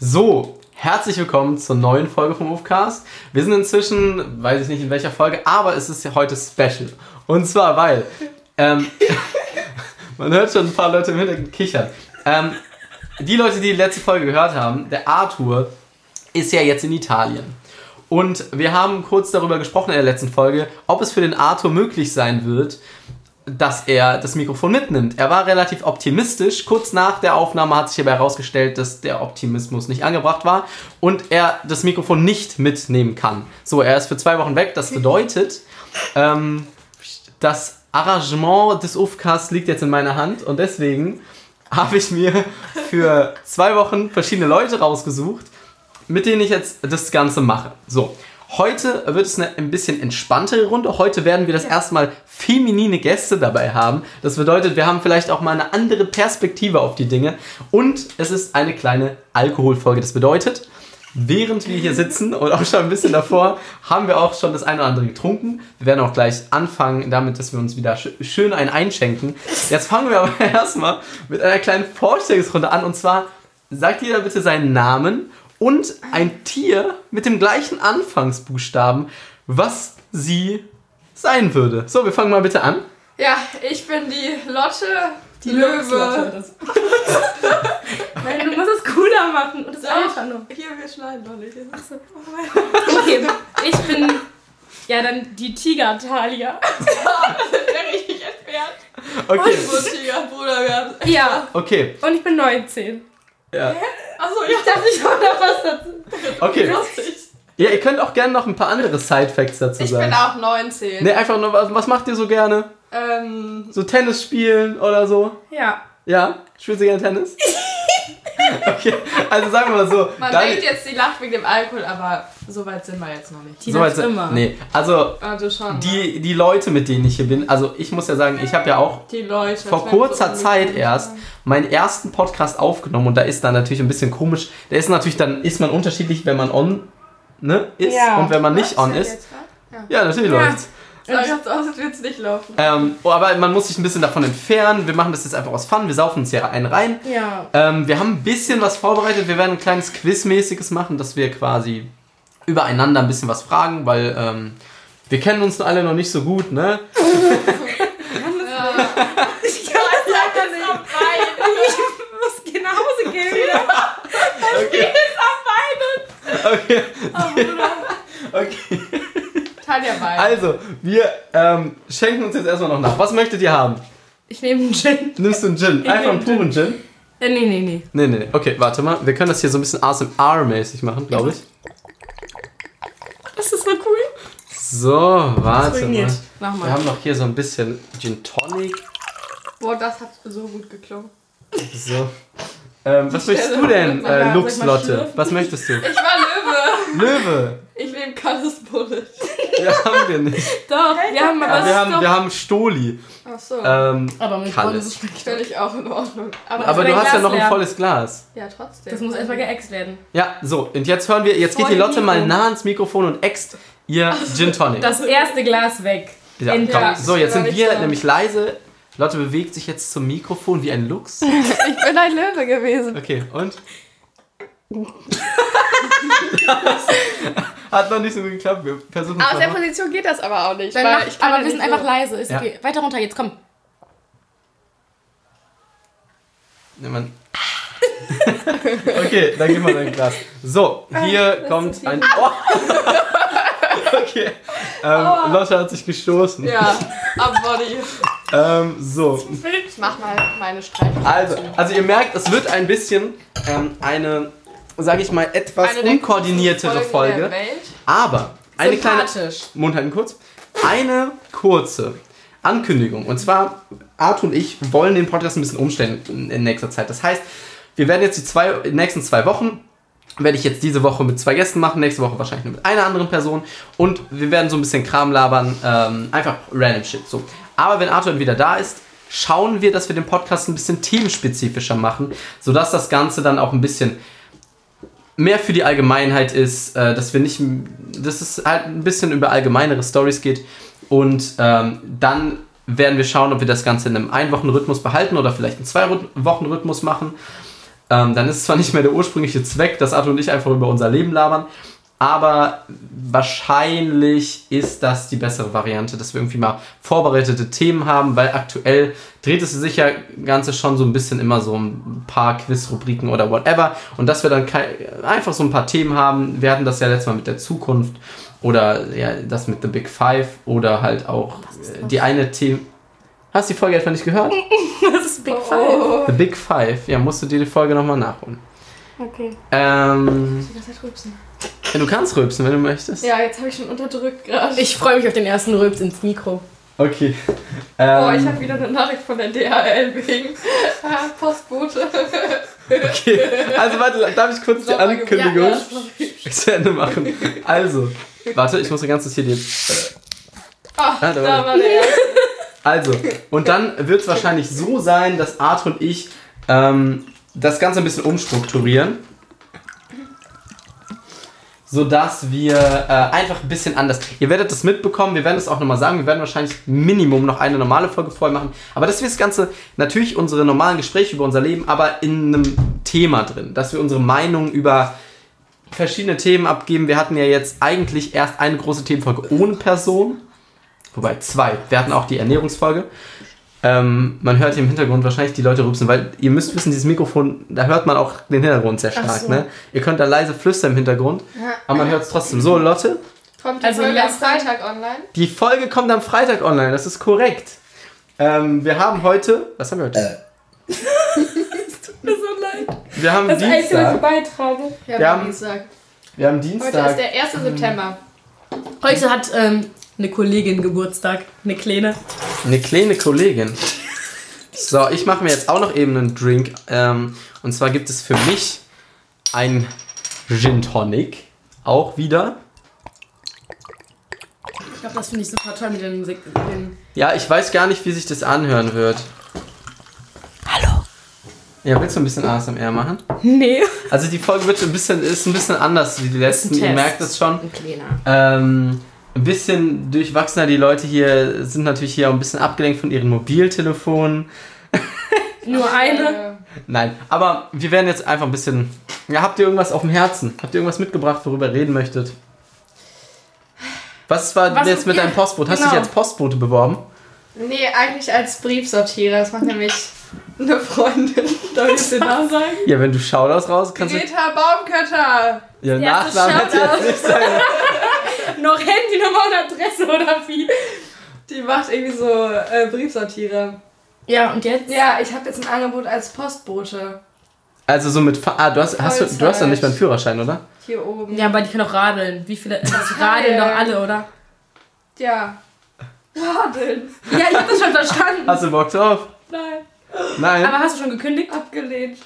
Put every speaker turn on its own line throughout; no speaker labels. So, herzlich willkommen zur neuen Folge vom Hofcast. Wir sind inzwischen, weiß ich nicht in welcher Folge, aber es ist ja heute special. Und zwar, weil. Ähm, man hört schon ein paar Leute im Hintergrund kichern. Ähm, die Leute, die die letzte Folge gehört haben, der Arthur ist ja jetzt in Italien. Und wir haben kurz darüber gesprochen in der letzten Folge, ob es für den Arthur möglich sein wird, dass er das Mikrofon mitnimmt. Er war relativ optimistisch. Kurz nach der Aufnahme hat sich aber herausgestellt, dass der Optimismus nicht angebracht war und er das Mikrofon nicht mitnehmen kann. So, er ist für zwei Wochen weg. Das bedeutet, ähm, das Arrangement des Ufkas liegt jetzt in meiner Hand und deswegen habe ich mir für zwei Wochen verschiedene Leute rausgesucht, mit denen ich jetzt das Ganze mache. So, heute wird es eine ein bisschen entspanntere Runde. Heute werden wir das erste Mal feminine Gäste dabei haben. Das bedeutet, wir haben vielleicht auch mal eine andere Perspektive auf die Dinge. Und es ist eine kleine Alkoholfolge. Das bedeutet, während wir hier sitzen und auch schon ein bisschen davor, haben wir auch schon das eine oder andere getrunken. Wir werden auch gleich anfangen damit, dass wir uns wieder sch schön ein einschenken. Jetzt fangen wir aber erstmal mit einer kleinen Vorstellungsrunde an. Und zwar sagt jeder bitte seinen Namen und ein Tier mit dem gleichen Anfangsbuchstaben, was sie sein würde. So, wir fangen mal bitte an.
Ja, ich bin die Lotte, die
Löwe.
Löwe.
Das
Nein, du musst es cooler machen. Und das
Soll ich?
einfach nur.
hier, wir schneiden doch nicht. Achso.
Okay, ich bin. Ja, dann die Tiger-Talia.
Der richtig entfernt.
Okay.
Wurstiger Bruder, wir haben.
Ja,
Okay.
und ich bin 19.
Ja.
Achso, ja,
Ich dachte, ich hau noch was dazu.
Okay.
lustig.
Ja, ihr könnt auch gerne noch ein paar andere Side-Facts dazu
Ich bin
sagen.
auch 19.
Ne, einfach nur, was, was macht ihr so gerne?
Ähm,
So Tennis spielen oder so?
Ja.
Ja? Spielst du gerne Tennis? Okay, also sagen wir mal so.
man
Dani-
denkt jetzt, die lacht wegen dem Alkohol, aber so weit sind wir jetzt noch nicht.
Die
so
macht's
weit-
immer.
Nee, also
Also schon. ne?
die, die Leute, mit denen ich hier bin, also ich muss ja sagen, ich habe ja auch
die Leute.
vor
das werden
kurzer
so
Zeit
unlieb.
erst meinen ersten Podcast aufgenommen und da ist dann natürlich ein bisschen komisch. Da ist natürlich dann ist man unterschiedlich, wenn man on ne, ist
Ja.
und wenn man nicht on
Läuft's
ist.
denn jetzt
Ja, natürlich
Ja.
läuft's.
grad? Sag jetzt aus, es wird's nicht laufen.
Ähm, oh, aber man muss sich ein bisschen davon entfernen. Wir machen das jetzt einfach aus Fun. Wir saufen uns hier einen rein.
Ja.
Ähm, wir haben ein bisschen was vorbereitet. Wir werden ein kleines Quizmäßiges machen, dass wir quasi übereinander ein bisschen was fragen, weil ähm, wir kennen uns alle noch nicht so gut, ne?
Ja.
Ich kann es leider nicht. Ich muss gehen nach Hause gehen wieder.
Okay. Okay. okay.
Tanja Wein.
Also, wir ähm, schenken uns jetzt erstmal noch nach. Was möchtet ihr haben?
Ich nehme einen Gin.
Nimmst du einen Gin?
Ich
Einfach einen
nehm
puren Gin?
Äh, nee, nee, nee.
Nee, nee, nee. Okay, warte mal. Wir können das hier so ein bisschen ASMR-mäßig machen, glaube ich.
Das ist so cool.
So, warte mal.
Ruiniert. Mach
Wir
mal.
haben noch hier so ein bisschen Gin Tonic.
Boah, das hat so gut geklungen.
So. Ähm, was möchtest du
Stelle
denn,
wird
mal-
äh,
wird mal
Luxlotte?
schlürfen.
Was möchtest du?
Ich war Löwe.
Löwe!
Ich nehme Kalles Bullet.
Ja, haben wir nicht.
Doch, wir haben aber
Aber
es
wir
ist
haben,
doch.
wir haben Stoli.
Achso,
Ähm,
aber
Kalles.
mit Bolle, das schmeckt doch.
finde ich auch in Ordnung. Aber,
aber
dein
du hast ja
Glas
noch ein
leer.
volles Glas.
ja, trotzdem.
Das muss erstmal geäxt werden.
Ja, so, und jetzt hören wir, jetzt geht
Voll
die Lotte
Mikro.
mal nah ans Mikrofon und äxt ihr Gin Tonic.
Das erste Glas weg.
ja,
in-
komm.
ja,
so, jetzt sind
würde ich
wir
sagen.
nämlich leise. Lotte bewegt sich jetzt zum Mikrofon wie ein Luchs.
Ich bin ein Löwe gewesen.
Okay, und? das hat noch nicht so gut geklappt. Wir versuchen es
Aus der
nochmal.
Position geht das aber auch nicht.
Dann
weil
mach,
ich kann
aber
ja
wir sind
nicht so-
einfach leise. Ist
Ja.
okay. Weiter runter jetzt, komm.
Nee, man- okay, dann gib mal dein Glas. So,
Ah,
hier kommt ein... Oh. okay, ähm, Lotte hat sich gestoßen.
Oh. Ja, am Body.
Ähm, so,
Ich mach mal meine Streifen.
Also, also ihr merkt, es wird ein bisschen ähm, eine, sage ich mal, etwas
Eine der
unkoordiniertere
coolsten Folgen
Folge.
Der Welt.
Aber eine kleine.
Sympathisch.
Mund halten kurz. Eine kurze Ankündigung. Und zwar, Arthur und ich wollen den Podcast ein bisschen umstellen in, in nächster Zeit. Das heißt, wir werden jetzt die zwei, in den nächsten zwei Wochen, werde ich jetzt diese Woche mit zwei Gästen machen, nächste Woche wahrscheinlich nur mit einer anderen Person. Und wir werden so ein bisschen Kram labern, ähm, einfach random Shit. So. Aber wenn Arthur wieder da ist, schauen wir, dass wir den Podcast ein bisschen themenspezifischer machen, sodass das Ganze dann auch ein bisschen mehr für die Allgemeinheit ist, äh, dass wir nicht, dass es halt ein bisschen über allgemeinere Stories geht und ähm, dann werden wir schauen, ob wir das Ganze in einem Ein-Wochen-Rhythmus behalten oder vielleicht einen Zwei-Wochen-Rhythmus machen. Ähm, dann ist zwar nicht mehr der ursprüngliche Zweck, dass Arthur und ich einfach über unser Leben labern, aber wahrscheinlich ist das die bessere Variante, dass wir irgendwie mal vorbereitete Themen haben, weil aktuell dreht es sich ja Ganze schon so ein bisschen immer so um ein paar Quiz-Rubriken oder whatever. Und dass wir dann kei- einfach so ein paar Themen haben. Wir hatten das ja letztes Mal mit der Zukunft oder ja, das mit The Big Five oder halt auch
Oh,
äh, die eine Thema. Hast du die Folge etwa nicht gehört?
Das ist Big Five.
The Big Five. Ja, musst du dir die Folge nochmal nachholen.
Okay.
Ähm,
Die ganze Zeit rülpsen.
ja, du kannst rülpsen, wenn du möchtest.
Ja, jetzt habe ich schon unterdrückt gerade.
Ich freue mich auf den ersten Rülps ins Mikro.
Okay.
Boah,
Ähm,
Oh, ich habe wieder eine Nachricht von der DHL wegen äh, Postbote.
okay. Also warte, darf ich kurz die
Sauber
Ankündigung
gemacht. Ja, sorry.
zu Ende machen? Also, warte, ich muss ein ganzes hier jetzt. Ah,
Ach,
da
da
war
war der.
Also, und dann wird es wahrscheinlich so sein, dass Arthur und ich ähm, das Ganze ein bisschen umstrukturieren. Sodass wir äh, einfach ein bisschen anders. Ihr werdet das mitbekommen, wir werden es auch nochmal sagen. Wir werden wahrscheinlich Minimum noch eine normale Folge vorher machen. Aber dass wir das Ganze, natürlich unsere normalen Gespräche über unser Leben, aber in einem Thema drin. Dass wir unsere Meinung über verschiedene Themen abgeben. Wir hatten ja jetzt eigentlich erst eine große Themenfolge ohne Person. Wobei zwei. Wir hatten auch die Ernährungsfolge. Ähm, man hört hier im Hintergrund wahrscheinlich die Leute rübsen, weil ihr müsst wissen, dieses Mikrofon, da hört man auch den Hintergrund sehr stark.
so.
Ne? Ihr könnt da leise flüstern im Hintergrund, aber man hört es trotzdem. So, Lotte,
Kommt die
Also,
Folge am
lass-
Freitag online?
die Folge kommt am Freitag online, das ist korrekt. Ähm, wir haben heute, was haben wir heute?
Mir so leid.
Wir haben
Das Einzige, was ich
Dienstag.
beitrage.
Ja,
Wir
ja.
haben-
Dienstag.
Wir haben
Heute ist
Dienstag.
der 1. September.
Heute hat ähm, eine Kollegin Geburtstag. Eine kleine.
Eine kleine Kollegin. So, ich mache mir jetzt auch noch eben einen Drink. Ähm, und zwar gibt es für mich ein Gin Tonic. Auch wieder.
Ich glaube, das finde ich super toll mit den, Sek- den
Ja, ich weiß gar nicht, wie sich das anhören wird.
Hallo.
Ja, willst du ein bisschen ASMR machen?
Nee.
Also die Folge wird ein bisschen, ist ein bisschen anders wie die letzten.
Ist ein
Ihr
Test.
merkt es schon.
Ein kleiner.
Ähm, ein bisschen durchwachsener. Die Leute hier sind natürlich hier auch ein bisschen abgelenkt von ihren Mobiltelefonen.
Nur eine.
Äh,
Nein, aber wir werden jetzt einfach ein bisschen. Ja, habt ihr irgendwas auf dem Herzen? Habt ihr irgendwas mitgebracht, worüber ihr reden möchtet? Was war
Was
jetzt mit
ihr-
deinem Postbote? Hast du
genau.
dich als Postbote beworben?
Nee, eigentlich als Briefsortierer. Das macht nämlich eine Freundin. Darf ich den Namen sagen?
Ja, wenn du Shoutouts raus kannst du.
Greta Baumkötter.
Ja,
Ja, das
Nachnamen hätte ich jetzt nicht sagen.
Noch Handynummer und Adresse oder wie?
Die macht irgendwie so äh, Briefsortierer.
Ja, und jetzt?
Ja, ich habe jetzt ein Angebot als Postbote.
Also so mit. Fa- Ah, du hast, hast du, du hast doch nicht mal einen Führerschein, oder?
Hier oben.
Ja, aber die können auch radeln. Wie viele? Das radeln doch alle, oder?
Ja. Laden.
Ja, ich habe das schon verstanden.
Hast du Bock drauf?
Nein.
Nein. Ah,
Aber hast du schon gekündigt?
Abgelehnt.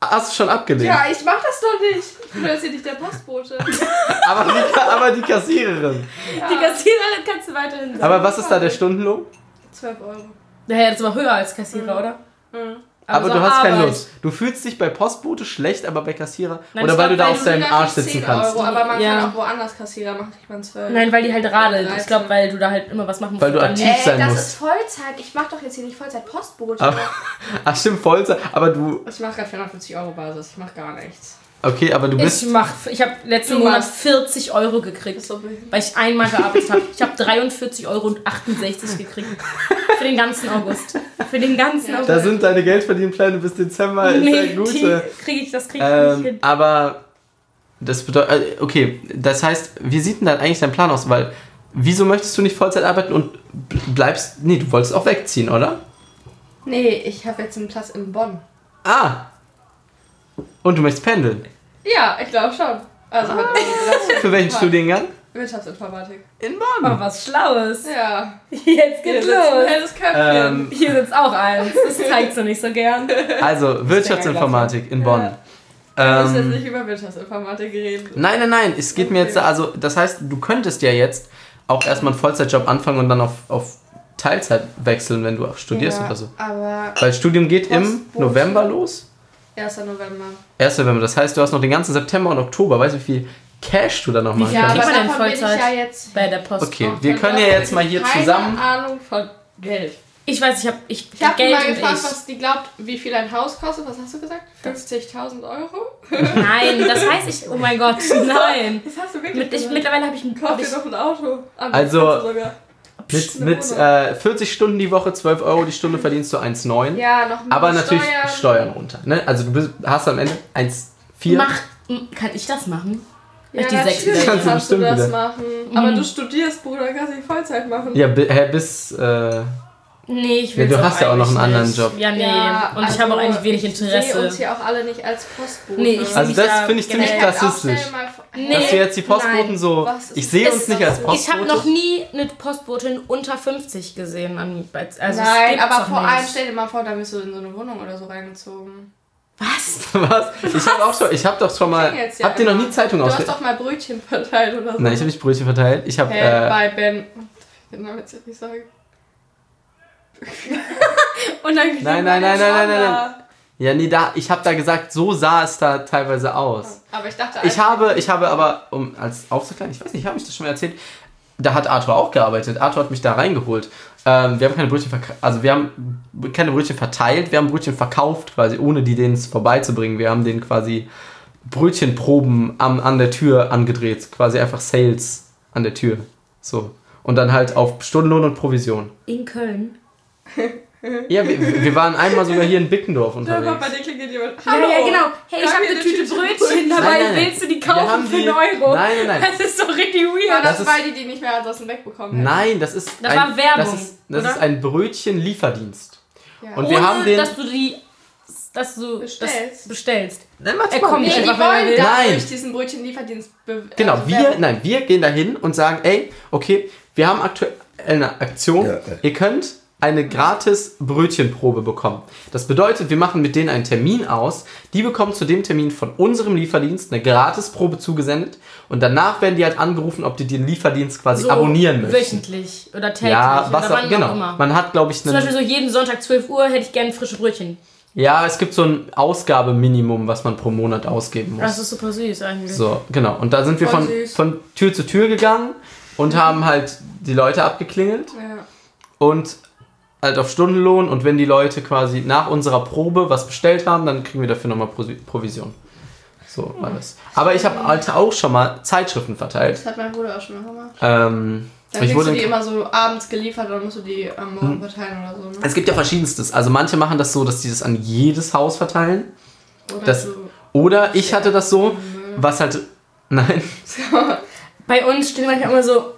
hast du schon abgelehnt.
Ja, ich mach das doch nicht. Ich bin jetzt hier nicht der Postbote.
Aber, die, Ka- aber die Kassiererin.
Die Kassiererin kannst du weiterhin sein.
Aber was ist da der Stundenlohn?
12 Euro. Also
Naja, das war höher als Kassierer,
Mhm.
oder?
Hm.
Aber,
so
du hast keine
Arbeit.
Lust. Du fühlst dich bei Postbote schlecht, aber bei Kassierer.
Nein,
oder
ich
weil
glaub,
du da
Weil
auf
du
deinem
sogar
Arsch
nicht
sitzen
10
kannst.
Euro, aber man
Ja.
kann auch woanders Kassierer machen, kriegt man 12.
Nein, weil die halt radelt. Ich glaube,
13.
weil du da halt immer was machen musst.
Weil du
und dann-
aktiv-
Ey,
sein
das
musst.
ist Vollzeit. Ich mach doch jetzt hier nicht Vollzeit Postbote.
Aber- Ach stimmt, Vollzeit. Aber du.
Ich mach gerade 450 Euro Basis. Ich mach gar nichts.
Okay, aber du bist.
Ich mach, ich habe letzten
Du
Monat
machst.
40 Euro gekriegt,
Ist so behindert.
weil ich einmal gearbeitet habe. Ich habe 43 Euro und 68 gekriegt für den ganzen August. Für den ganzen
Ja,
August.
da sind deine Geldverdienpläne bis Dezember. ist
nee,
ja
die
gute.
krieg ich, das krieg ich nicht
Ähm,
hin.
aber das bedeutet, okay, das heißt, wie sieht denn dann eigentlich dein Plan aus? Weil, wieso möchtest du nicht Vollzeit arbeiten und b- bleibst, nee, du wolltest auch wegziehen, oder?
Nee, ich habe jetzt einen Platz in Bonn.
Ah! Und du möchtest pendeln.
Ja, ich glaube schon. Also mit
Für welchen Studiengang?
Wirtschaftsinformatik.
In Bonn.
Aber was Schlaues.
Ja.
Jetzt
Hier
geht's
sitzt ein
los.
helles Köpfchen.
Ähm,
Hier sitzt auch eins. Das zeigst du nicht so gern.
also, Wirtschaftsinformatik in Bonn.
Wir müssen jetzt
Ähm,
nicht über Wirtschaftsinformatik reden.
nein, nein, nein, es geht mir jetzt, da- also, das heißt, du könntest ja jetzt auch erstmal einen Vollzeitjob anfangen und dann auf, auf Teilzeit wechseln, wenn du auch studierst
ja,
oder so.
Aber
Weil Studium geht im
Postbote.
November los.
1. November.
1. November. Das heißt, du hast noch den ganzen September und Oktober. Weißt du, wie viel Cash du da noch machen
viel
Ja,
kannst?
aber
man denn
davon bin ich
Vollzeit?
ja jetzt.
Bei der Post.
Okay,
Auch
wir
von
können ja
Leuten,
jetzt mal hier
keine
zusammen.
Ahnung von Geld.
Ich weiß, ich habe ich,
Ich habe mal
und
gefragt, was die glaubt, wie viel ein Haus kostet. Was hast du gesagt? 50.000 Euro?
Nein, das weiß ich. Oh mein Gott, nein.
Das hast du wirklich
Mit, ich,
gesagt.
mittlerweile habe ich einen
Kauf
Kopf.
dir doch ein Auto.
Ah,
Am
Also-
besten sogar.
Mit,
eine
mit
Wohnung.
äh, 40 Stunden die Woche, 12 Euro die Stunde verdienst du 1,9.
Ja, noch ein
aber
bisschen
natürlich
Steuern.
Steuern, runter. Ne? Also du bist, hast am Ende 1,4.
Mach, m- kann ich das machen?
Ja,
die sechs
Kannst
natürlich
du
kannst du
bestimmt wieder.
das machen. Aber
Mhm.
du studierst, Bruder, kannst nicht Vollzeit machen.
Ja, bi- hä, bis. Äh,
Nee, ich
Ja,
will
du hast ja auch noch einen
eigentlich
anderen
nicht.
Job.
Ja, nee.
Ja,
und ich habe auch
also,
eigentlich wenig
Ich sehe uns
Interesse.
hier auch alle nicht als Postbote.
Nee, ich-
also
mich
das
da
finde ich ziemlich
generell-
rassistisch.
Nee.
Dass wir jetzt die Postboten
nein.
so.
Was ist-
Ich sehe
Ist
uns
das-
nicht als
Ich habe
Postbote.
noch nie eine Postbotin unter 50 gesehen. an- Also es
Nein,
gibt's
aber
doch
vor allem
nicht.
stell dir mal vor, da bist du in so eine Wohnung oder so reingezogen.
Was?
Was? Ich habe auch schon. Ich habe doch schon mal.
Klingelt's
habt ihr noch
immer.
nie Zeitung
Du hast
ausgegeben?
doch mal Brötchen verteilt oder so.
Nein, ich habe nicht Brötchen verteilt. Ich habe.
Hä,
Äh,
bei Ben. Ich will den Namen jetzt nicht sagen.
Und dann
nein, nein, nein, nein, nein, nein, nein.
nein.
Ja, nee, da. Ich habe da gesagt, so sah es da teilweise aus.
Aber ich dachte,
Ich habe, ich habe aber, um als aufzuklären, ich weiß nicht, habe ich das schon mal erzählt? Da hat Arthur auch gearbeitet. Arthur hat mich da reingeholt. Ähm, wir haben keine Brötchen verkauft, also wir haben keine Brötchen verteilt, wir haben Brötchen verkauft, quasi, ohne die denen vorbeizubringen. Wir haben denen quasi Brötchenproben am, an der Tür angedreht. Quasi einfach Sales an der Tür. So. Und dann halt auf Stundenlohn und Provision.
In Köln.
Ja, wir, wir waren einmal sogar hier in Bickendorf
Da kommt bei
unterwegs.
dir klingelt jemand.
Ja,
Hallo.
ja, genau. Hey, ich
Haben
habe
wir
eine
eine
Tüte
Tüte
Brötchen dabei.
Nein, nein, nein.
Willst du die
Wir
kaufen
haben
für
die-
einen Euro?
Nein, nein, nein.
Das ist so richtig
War
weird.
Das
das,
ist-
weil die die nicht mehr ansonsten wegbekommen hätten?
Nein, das ist.
Das war Werbung,
Das ist, das
oder?
ist ein Brötchen-Lieferdienst.
Ja.
Und wir
Ohne,
haben den.
dass du die dass du
Bestellst.
Das bestellst.
Nein, warte
Er
mal.
kommt
Nee,
nicht
die
Äh, einfach, wenn er
wollen
will.
dadurch
Nein.
diesen Brötchenlieferdienst be-
Genau,
also
wir,
werben.
nein, wir gehen dahin und sagen, ey, okay, wir haben aktuell eine Aktion.
Ja, ja.
Ihr könnt eine gratis Brötchenprobe bekommen. Das bedeutet, wir machen mit denen einen Termin aus. Die bekommen zu dem Termin von unserem Lieferdienst eine gratis Probe zugesendet und danach werden die halt angerufen, ob die den Lieferdienst quasi
So
abonnieren möchten.
Also Wöchentlich oder täglich
Ja, was
oder wann
auch, genau.
auch immer.
Man hat, glaube ich,
Zum Beispiel
einen,
so jeden Sonntag 12 Uhr hätte ich gerne frische Brötchen.
ja, es gibt so ein Ausgabeminimum, was man pro Monat ausgeben muss.
Das ist super süß eigentlich.
So, genau. Und da sind wir
Voll
von,
süß. Mhm.
von Tür zu Tür gegangen und haben halt die Leute abgeklingelt
Ja.
und halt auf Stundenlohn. Und wenn die Leute quasi nach unserer Probe was bestellt haben, dann kriegen wir dafür nochmal Pro Provision. So
Oh,
war das. Aber ich habe halt auch schon mal Zeitschriften verteilt.
Das hat mein Bruder auch schon mal gemacht.
Ähm,
Dann
ich
kriegst
wurde
du die
in- Hm.
immer so abends geliefert und dann musst du die am Morgen verteilen oder so. Ne?
es gibt ja verschiedenstes. Also manche machen das so, dass die das an jedes Haus verteilen.
Oder
das-
so.
Oder ich hatte das so, was halt... Nein.
Bei uns stehen manchmal immer so,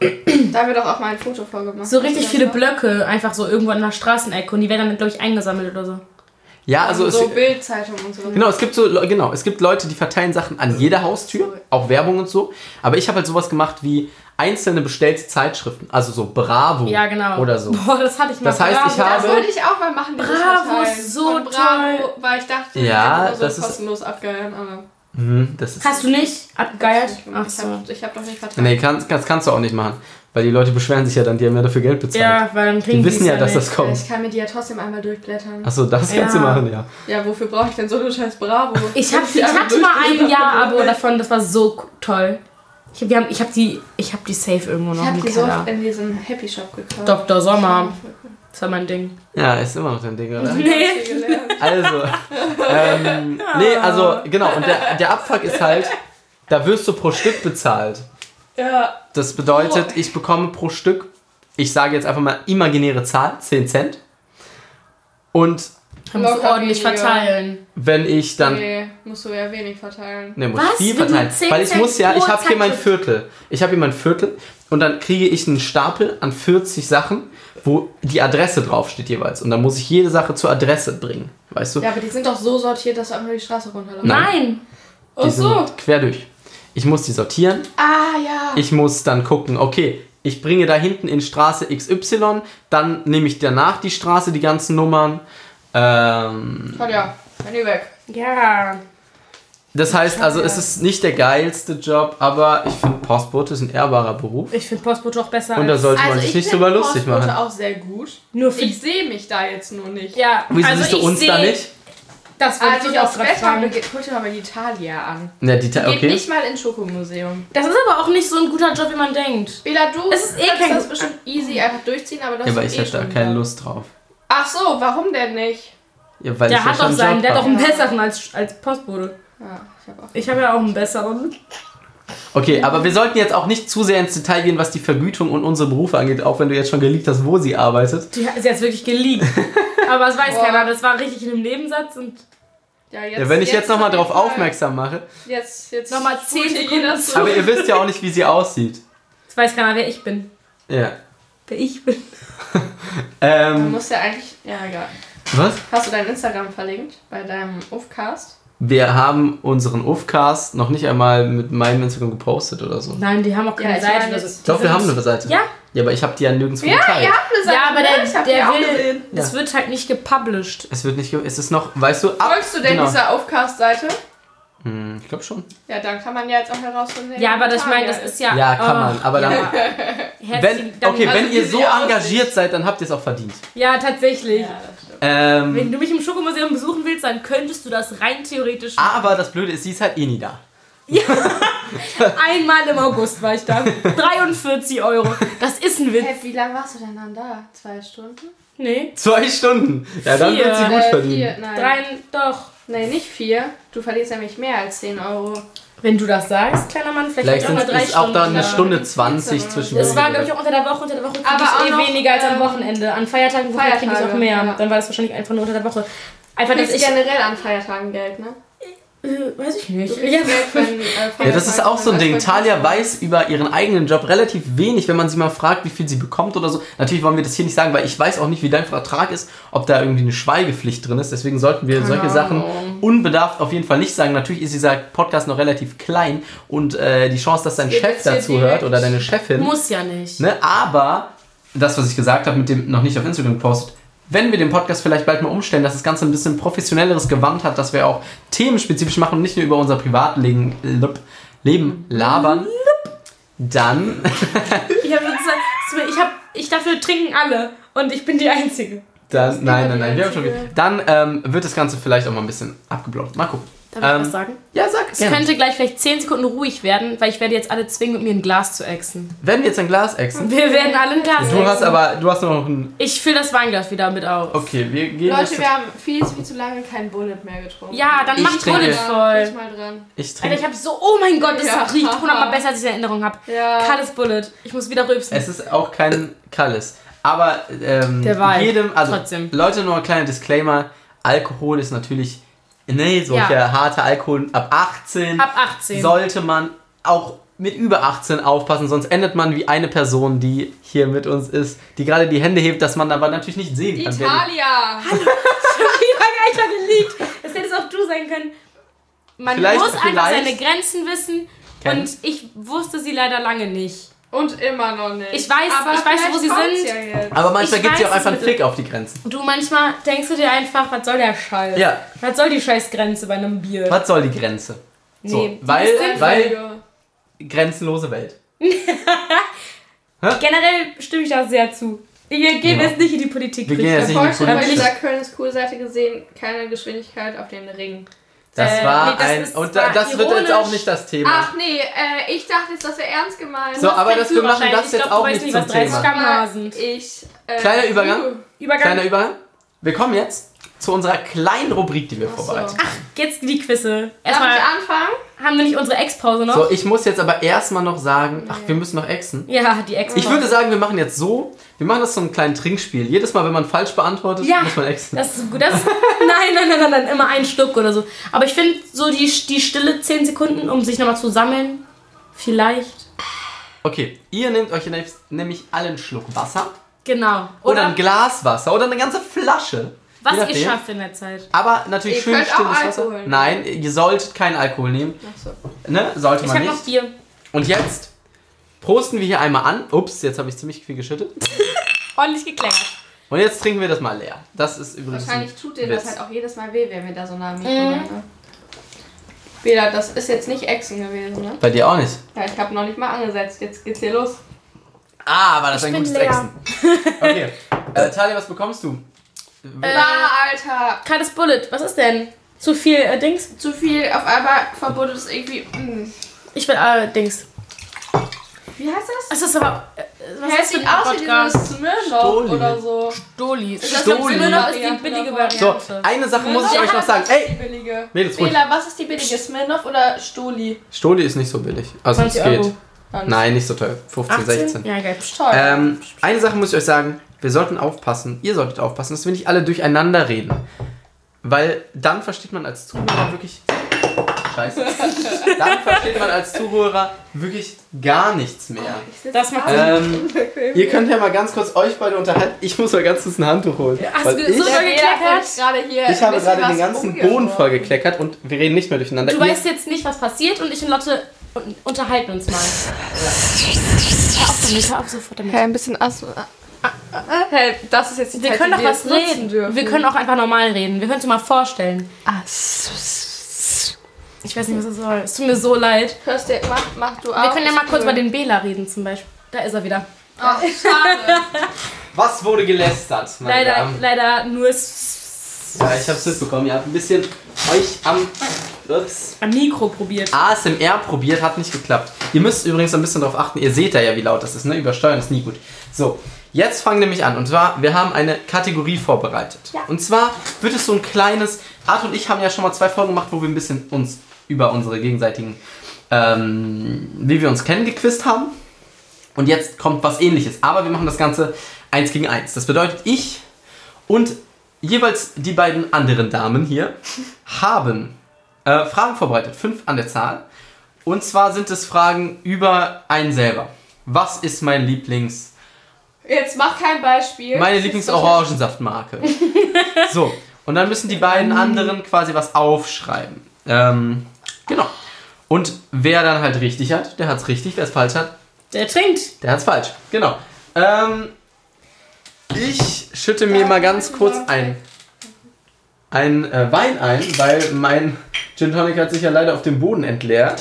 Da haben wir doch auch mal ein Foto vorgemacht.
so richtig
Hast du
viele
das noch?
Blöcke einfach so irgendwo an der Straßenecke und die werden dann, glaube ich, eingesammelt oder so.
Ja, also
so
es,
Bildzeitungen und so.
Genau, es gibt so Le- genau, es gibt Leute, die verteilen Sachen an jeder Haustür, auch Werbung und so. Aber ich habe halt sowas gemacht wie einzelne bestellte Zeitschriften, also so Bravo
Ja, genau.
oder so.
Boah, das hatte ich mal.
Das heißt, ich
Das
habe-
wollte ich auch mal machen. dieses
Bravo,
Verteilen.
so
Von Bravo,
toll.
weil ich dachte, ich
Ja,
kann nur so
das ist-
kostenlos abgeiern, aber
Mhm, das ist
Hast du nicht abgegeiert?
ich
Ach
habe
so.
hab doch nicht verteilt.
Nee, kann, das kannst du auch nicht machen, weil die Leute beschweren sich ja dann, die haben ja dafür Geld bezahlt.
Ja, weil dann kriegen
die wissen
es
ja, dass
nicht.
das kommt.
Ich kann mir die ja trotzdem einmal durchblättern.
Achso, das kannst
Ja.
du machen, ja.
Ja, wofür brauche ich denn so eine scheiß Bravo?
Ich, hab,
Wenn die
ich
einmal
hatte mal ein
durchblättern
Jahr
kann, dann
Abo davon, das war so k- toll. Ich habe ich hab die, ich hab die safe irgendwo noch
Ich habe
im
die so
Keller.
oft in diesem Happy Shop gekauft.
Dr. Sommer, das war mein Ding.
Ja, ist immer noch dein Ding, oder?
Nee.
Also, ähm, nee, also genau, und der, der Abfuck ist halt, da wirst du pro Stück bezahlt.
Ja.
Das bedeutet, ich bekomme pro Stück, ich sage jetzt einfach mal imaginäre Zahl, 10 Cent. Und
Kann man so
Locker
ordentlich
weniger.
verteilen.
wenn ich dann. Nee.
Nee, musst du ja wenig verteilen.
muss
Was?
ich viel
Wenn du
verteilen.
10
Weil ich
Cent
muss ja,
pro
ich habe hier mein
Zeitschrift-
Viertel. Ich habe hier mein Viertel und dann kriege ich einen Stapel an 40 Sachen, wo die Adresse draufsteht jeweils. Und dann muss ich jede Sache zur Adresse bringen. Weißt du?
Ja, aber die sind doch so sortiert, dass du einfach nur die Straße runterläufst.
Nein.
Nein.
die
Ach so.
sind quer durch. Ich muss die sortieren,
Ah, ja.
Ich muss dann gucken, okay, ich bringe da hinten in Straße XY, dann nehme ich danach die Straße, die ganzen Nummern. Ähm,
Toll, ja. Handy weg.
Ja.
das heißt also, es ist nicht der geilste Job, aber ich finde Postbote ist ein ehrbarer Beruf.
Ich finde Postbote auch besser
Und da
als...
sollte man sich nicht
Also find
drüber lustig
Postbote
machen.
auch sehr gut.
Nur für...
Ich sehe mich da jetzt nur nicht.
ja,
Wieso
also
siehst du
ich
uns da
seh-
nicht?
Das würde
Also
ich auch
das
gerade
Wetter,
fragen.
guck dir mal bei Italia an.
Ja, die Ta-
Geht
okay.
nicht mal ins Schokomuseum.
Das ist aber auch nicht so ein guter Job, wie man denkt.
Bela, du
Es ist eh
kannst
kein-
das bestimmt easy einfach durchziehen, aber das
Ja, aber
ist
ich
eh
hätte da
schon
keine
da.
Lust drauf.
Ach so, warum denn nicht?
Ja, weil
Der
ich
hat
ja
doch
schon
seinen, der hat
Job
doch einen
Ja.
besseren als, als Postbote.
Ja, Ah, ich habe auch.
Ich habe ja auch einen besseren.
hab. Okay, aber wir sollten jetzt auch nicht zu sehr ins Detail gehen, was die Vergütung und unsere Berufe angeht, auch wenn du jetzt schon geleakt hast, wo sie arbeitet.
Die ist jetzt wirklich geleakt. Aber es weiß
Boah.
keiner, das war richtig in einem Nebensatz und
Ja, jetzt,
Ja, wenn ich jetzt nochmal
auf
drauf
jeden Fall.
aufmerksam mache.
Jetzt, jetzt.
Nochmal
spult
zehn
hier
Sekunden
jeder
zurück.
so.
Aber ihr wisst ja auch nicht, wie sie aussieht.
es weiß keiner, wer ich bin.
Ja.
Wer ich bin.
Du
Ähm,
musst ja eigentlich. Ja, egal.
was?
Hast du dein Instagram verlinkt bei deinem Ufcast?
Wir haben unseren Ufcast noch nicht einmal mit meinem Instagram gepostet oder so.
Nein, die haben auch
Ja,
keine
ich
Seite.
meine
oder so.
jetzt-
Doch, wir haben eine Seite.
Ja.
Ja, aber ich habe die ja nirgendwo
Ja,
geteilt.
ihr habt eine Seite.
Ja, aber
ne?
der,
ich hab die
der
auch
will,
gesehen.
das wird halt nicht gepublished.
Es wird nicht, ge- es ist noch, weißt du, ab. genau.
Folgst du denn dieser Aufcast-Seite?
Hm, ich glaube schon.
Ja, dann kann man ja jetzt auch herausfinden. wer
Ja, aber das, ich
Tag
meine, das
ist.
ist ja. oh,
Ja, kann man, aber dann-
Herzlichen
Wenn,
Dank.
okay,
also
wenn
wie
ihr
sie
so
aussieht.
engagiert seid, dann habt ihr es auch verdient.
Ja, tatsächlich.
Ja, das stimmt.
Ähm,
Wenn du mich im Schokomuseum besuchen willst, dann könntest du das rein theoretisch.
aber das Blöde ist, sie ist halt eh nie da.
Einmal im August war ich da. 43 Euro. Das ist ein Witz.
Hey, wie lange warst du denn dann da? Zwei Stunden?
Nee.
Zwei Stunden. Ja, dann
Vier.
wird sie gut
Äh, vier,
verdienen.
nein.
Drei, doch.
Nee, nicht vier. Du verlierst nämlich mehr als 10 Euro.
Wenn du das sagst, kleiner Mann,
Vielleicht
vielleicht, vielleicht auch
sind
mal drei
es
Stunden.
auch da eine
da.
Stunde 20
Vierzehn,
zwischen
Das war, glaube ich, auch unter der Woche. Unter der Woche kriege
Aber auch
ich eh
noch,
weniger als am
ähm,
Wochenende. An Feiertagen Feiertage, kriege ich auch
Feiertage,
mehr.
ja.
Dann war das wahrscheinlich einfach nur unter der Woche. Einfach,
Du
dass
kriegst
ich.
generell an Feiertagen Geld, ne?
äh, weiß ich
Du
nicht.
kriegst
Ja,
Geld, wenn, äh, Feiertag
Ja, das ist auch so ein
als
Ding.
Beispiel.
Talia weiß über ihren eigenen Job relativ wenig, wenn man sie mal fragt, wie viel sie bekommt oder so. Natürlich wollen wir das hier nicht sagen, weil ich weiß auch nicht, wie dein Vertrag ist, ob da irgendwie eine Schweigepflicht drin ist. Deswegen sollten wir solche Sachen unbedarft auf jeden Fall nicht sagen. Natürlich ist dieser Podcast noch relativ klein und äh, die Chance, dass dein
geht
Chef
jetzt hier
dazu
direkt.
hört oder deine Chefin,
muss ja nicht.
Ne? Aber das, was ich gesagt habe, mit dem noch nicht auf Instagram gepostet, wenn wir den Podcast vielleicht bald mal umstellen, dass das Ganze ein bisschen professionelleres Gewand hat, dass wir auch themenspezifisch machen und nicht nur über unser Privatleben lup- Leben labern, dann.
Ich habe ich hab, ich dafür trinken alle und ich bin die Einzige.
dann nein,
immer
nein, nein,
die
wir haben schon.
einzige.
Dann ähm, wird das Ganze vielleicht auch mal ein bisschen abgeblockt. Mal gucken.
Darf ich
Ähm,
was sagen?
Ja, sag
Es
gerne.
könnte gleich vielleicht 10 Sekunden ruhig werden, weil ich werde jetzt alle zwingen, mit mir ein Glas zu ächzen.
Wenn wir jetzt ein Glas exen.
Wir werden alle ein Glas
Du
ächzen.
hast aber, du hast noch ein.
Ich fülle das Weinglas wieder mit auf.
Okay, wir gehen
Leute,
jetzt.
wir haben viel, viel zu lange kein Bullet mehr getrunken.
Ja, dann
Ich
mach
trinke.
Bullet
Voll.
voll.
mal dran.
Ich
Alter,
trinke.
ich habe so, oh mein Gott, das
Ja.
riecht hundertmal besser, als ich es in Erinnerung habe.
Ja.
Kalles Bullet. Ich muss wieder rülpsen.
Es ist auch kein Kalles. Aber ähm,
Der Wahl.
jedem, also
Trotzdem.
Leute, nur ein kleiner Disclaimer: Alkohol ist natürlich, ne, solcher
Ja.
harter Alkohol ab 18,
Ab 18.
sollte man auch mit über 18 aufpassen, sonst endet man wie eine Person, die hier mit uns ist, die gerade die Hände hebt, dass man aber natürlich nicht sehen kann. wer die-
Italia!
Wie lange Alter geleakt? Das hättest auch du sein können. Man
Vielleicht-
muss einfach
vielleicht-
seine Grenzen wissen
Ken.
und ich wusste sie leider lange nicht.
Und immer noch nicht.
Ich weiß- ich weiß, wo
vielleicht
sie
kommt's
sind.
Ja jetzt.
Aber manchmal
Ich
gibt es ja auch
weiß es
einfach einen
mit-
Fick auf die Grenzen.
Du manchmal denkst du dir einfach, was soll der Scheiß?
Ja.
Was soll die Scheißgrenze bei einem Bier?
Was soll die Grenze? So,
Nee, die
weil,
ist sinnvoll.
Äh, weil grenzenlose Welt.
Generell stimme ich da sehr zu. Wir gehen
Ja.
jetzt nicht in die Politik.
Wir gehen
Richter.
jetzt nicht-
Heute
Dann
bei
will ich-
dieser Köln ist cool Seite gesehen, keine Geschwindigkeit auf den Ring.
Das
Äh,
war
nee, das
ein.
ist-
und da,
war
das wird jetzt auch
ironisch.
nicht das Thema.
Ach nee, äh, ich dachte jetzt, das wäre ernst gemeint.
So, aber
kein
das, wir machen
Führerschein.
das
Ich
jetzt
glaub, du
auch
weißt
nicht
nicht,
zum
was 30
Thema.
Gramm-
Aber
Hasen.
Ich. Äh,
Kleiner Übergang?
Übergang.
Kleiner Übergang. Wir kommen jetzt zu unserer kleinen Rubrik, die wir
Ach so.
vorbereiten.
Jetzt die Quizze.
Darf
Erstmal
ich anfangen?
haben wir nicht unsere Ex-Pause noch?
So, ich muss jetzt aber erstmal noch sagen, ach, wir müssen noch exen.
Ja, die Ex-Pause.
Ich würde sagen, wir machen jetzt so, wir machen das so ein kleines Trinkspiel. Jedes Mal, wenn man falsch beantwortet,
Ja.
muss man exen.
Das ist gut. Das ist, nein, nein, nein, nein, nein, immer ein Stück oder so. Aber ich finde so die, die stille 10 Sekunden, um sich nochmal zu sammeln. Vielleicht.
Okay, ihr nehmt euch jetzt nämlich alle einen Schluck Wasser
Genau.
oder, ein Glas Wasser oder eine ganze Flasche.
was
Je
ihr
nachdem.
schafft in der Zeit.
Aber natürlich
Ihr
schön
könnt auch
stilles Wasser.
Alkohol nehmen.
Nein, ihr solltet keinen Alkohol nehmen.
Achso.
Ne? Sollte
Ich
man
habe noch
nicht.
Bier.
Und jetzt prosten wir hier einmal an. Ups, jetzt habe ich ziemlich viel geschüttet.
Ordentlich geklärt.
Und jetzt trinken wir das mal leer. Das ist übrigens.
Wahrscheinlich
ein
tut dir
Witz.
das halt auch jedes Mal weh, wenn wir da so nah am Mikro
Mhm.
mm. Bela, das ist jetzt nicht Echsen gewesen, ne?
Bei dir auch nicht.
Ja, ich habe noch nicht mal angesetzt. Jetzt geht's hier los.
Ah, war das ein
bin
gutes
leer.
Echsen. Okay. äh, Talia, was bekommst du?
Äh.
Ah, Alter!
Kaltes Bullet. Was ist denn? Zu viel äh, Dings?
Zu viel auf einmal verbuddelt ist irgendwie. mm.
Ich will äh, Dings.
hm. Wie heißt das?
Es ist aber. äh, Was
Hä,
ist
es sieht aus wie dieses Smirnoff
Stoli.
oder so.
Dolis.
Ist das
Dolis.
Stoli.
Nur noch ist die
Variante
billige
davon?
So,
Variante.
eine Sache muss ich
Ja,
euch noch sagen.
das
Ey,
ist die billige.
Mädels, ruhig.
Bela, was ist die billige? Smirnoff oder Stoli?
Stoli ist nicht so billig. Also, es
20 Euro.
geht. Nein, nicht so teuer. 15, 16.
Ja, geil.
Toll.
Ähm, eine Sache muss ich euch sagen, wir sollten aufpassen, ihr solltet aufpassen, dass wir nicht alle durcheinander reden. Weil dann versteht man als Zuhörer wirklich. Scheiße. Dann versteht man als Zuhörer wirklich gar nichts mehr.
Das macht Sinn.
Ähm, ihr könnt ja mal ganz kurz euch beide unterhalten. Ich muss mal ganz kurz ein Handtuch holen.
hast
weil
du
ich,
so
Der
gekleckert?
Bela hat gerade hier
ich habe
ein bisschen
gerade den
was
ganzen Boden
rumgeworfen.
vollgekleckert und wir reden nicht mehr durcheinander.
Du
Ihr-
weißt jetzt nicht, was passiert und ich und Lotte un- unterhalten uns mal. Hör auf damit, hör auf sofort damit.
Hä, ein bisschen Asthma. Hä, das ist jetzt die
Wir
Zeit,
können
die
doch was
jetzt nutzen
reden.
dürfen.
Wir können auch einfach normal reden. Wir können es mal vorstellen.
Ah, Ass.
Ich weiß nicht, was das soll. Es tut mir so leid.
Hörst du, mach, mach du auch.
Wir können ja mal kurz
über
über den Bela reden zum Beispiel. Da ist er wieder.
Oh,
Ach, schade.
Was wurde gelästert? meine
Leider,
Damen?
leider nur
Ja, ich hab's mitbekommen. Ihr habt ein bisschen euch am. Ups.
am Mikro probiert.
ASMR probiert, hat nicht geklappt. Ihr müsst übrigens ein bisschen darauf achten, ihr seht da ja, wie laut das ist, ne? Übersteuern ist nie gut. So, jetzt fangen wir nämlich an. Und zwar, wir haben eine Kategorie vorbereitet. Und zwar wird es so ein kleines. Art und ich haben ja schon mal zwei Folgen gemacht, wo wir ein bisschen uns über unsere gegenseitigen, ähm, wie wir uns kennen, gequizt haben. Und jetzt kommt was ähnliches. Aber wir machen das Ganze eins gegen eins. Das bedeutet, ich und jeweils die beiden anderen Damen hier haben äh, Fragen vorbereitet. Fünf an der Zahl. Und zwar sind es Fragen über einen selber. Was ist mein Lieblings...
Jetzt mach kein Beispiel.
Meine
Das ist doch-
Lieblings-Orangensaftmarke. so. Und dann müssen die
Ähm.
beiden anderen quasi was aufschreiben. Ähm, genau. Und wer dann halt richtig hat, der hat's richtig. Wer es falsch hat,
Der trinkt.
der hat's falsch. Genau. Ähm, ich schütte mir mal ganz kurz ein, ein äh, Wein ein, weil mein Gin Tonic hat sich ja leider auf dem Boden entleert.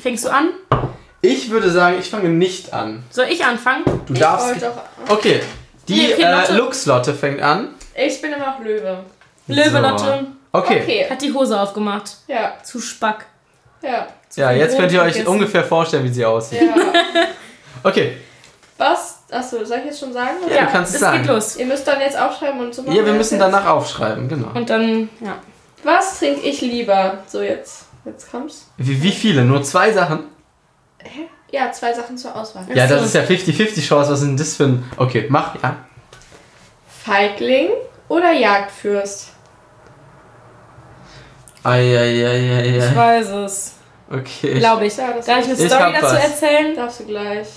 Fängst du an?
Ich würde sagen, ich fange nicht an.
Soll ich anfangen?
Du
Ich
darfst.
wollte Oh, doch-
Okay. Die
Nee, okay, Lotte.
äh, Lux-Lotte fängt an.
Ich bin immer noch Löwe.
Löwe
So.
Lotte
Okay.
hat die Hose aufgemacht.
Ja,
Zu Spack.
ja,
Ja, jetzt
Brot
könnt ihr euch
vergessen.
ungefähr vorstellen, wie sie aussieht.
ja.
Okay.
Was? Achso, soll ich jetzt schon sagen?
Ja, du kannst es
es
sagen.
geht los.
Ihr müsst dann jetzt aufschreiben und so machen.
Ja, wir
das
müssen
jetzt.
danach aufschreiben, genau.
Und dann, ja.
Was trinke ich lieber? So, jetzt. Jetzt kommt's.
Wie, wie viele? Nur zwei Sachen?
Ja, zwei Sachen zur Auswahl.
Ja, das
so.
ist ja 50-50 Chance. Was ist denn das für ein. Okay, mach, ja.
Feigling oder Jagdfürst?
Ich
Eieieiei.
weiß es.
Okay.
Glaube ich.
Ja, das
Darf ich eine
Ich
Story
hab
dazu
was.
erzählen?
Darfst du gleich.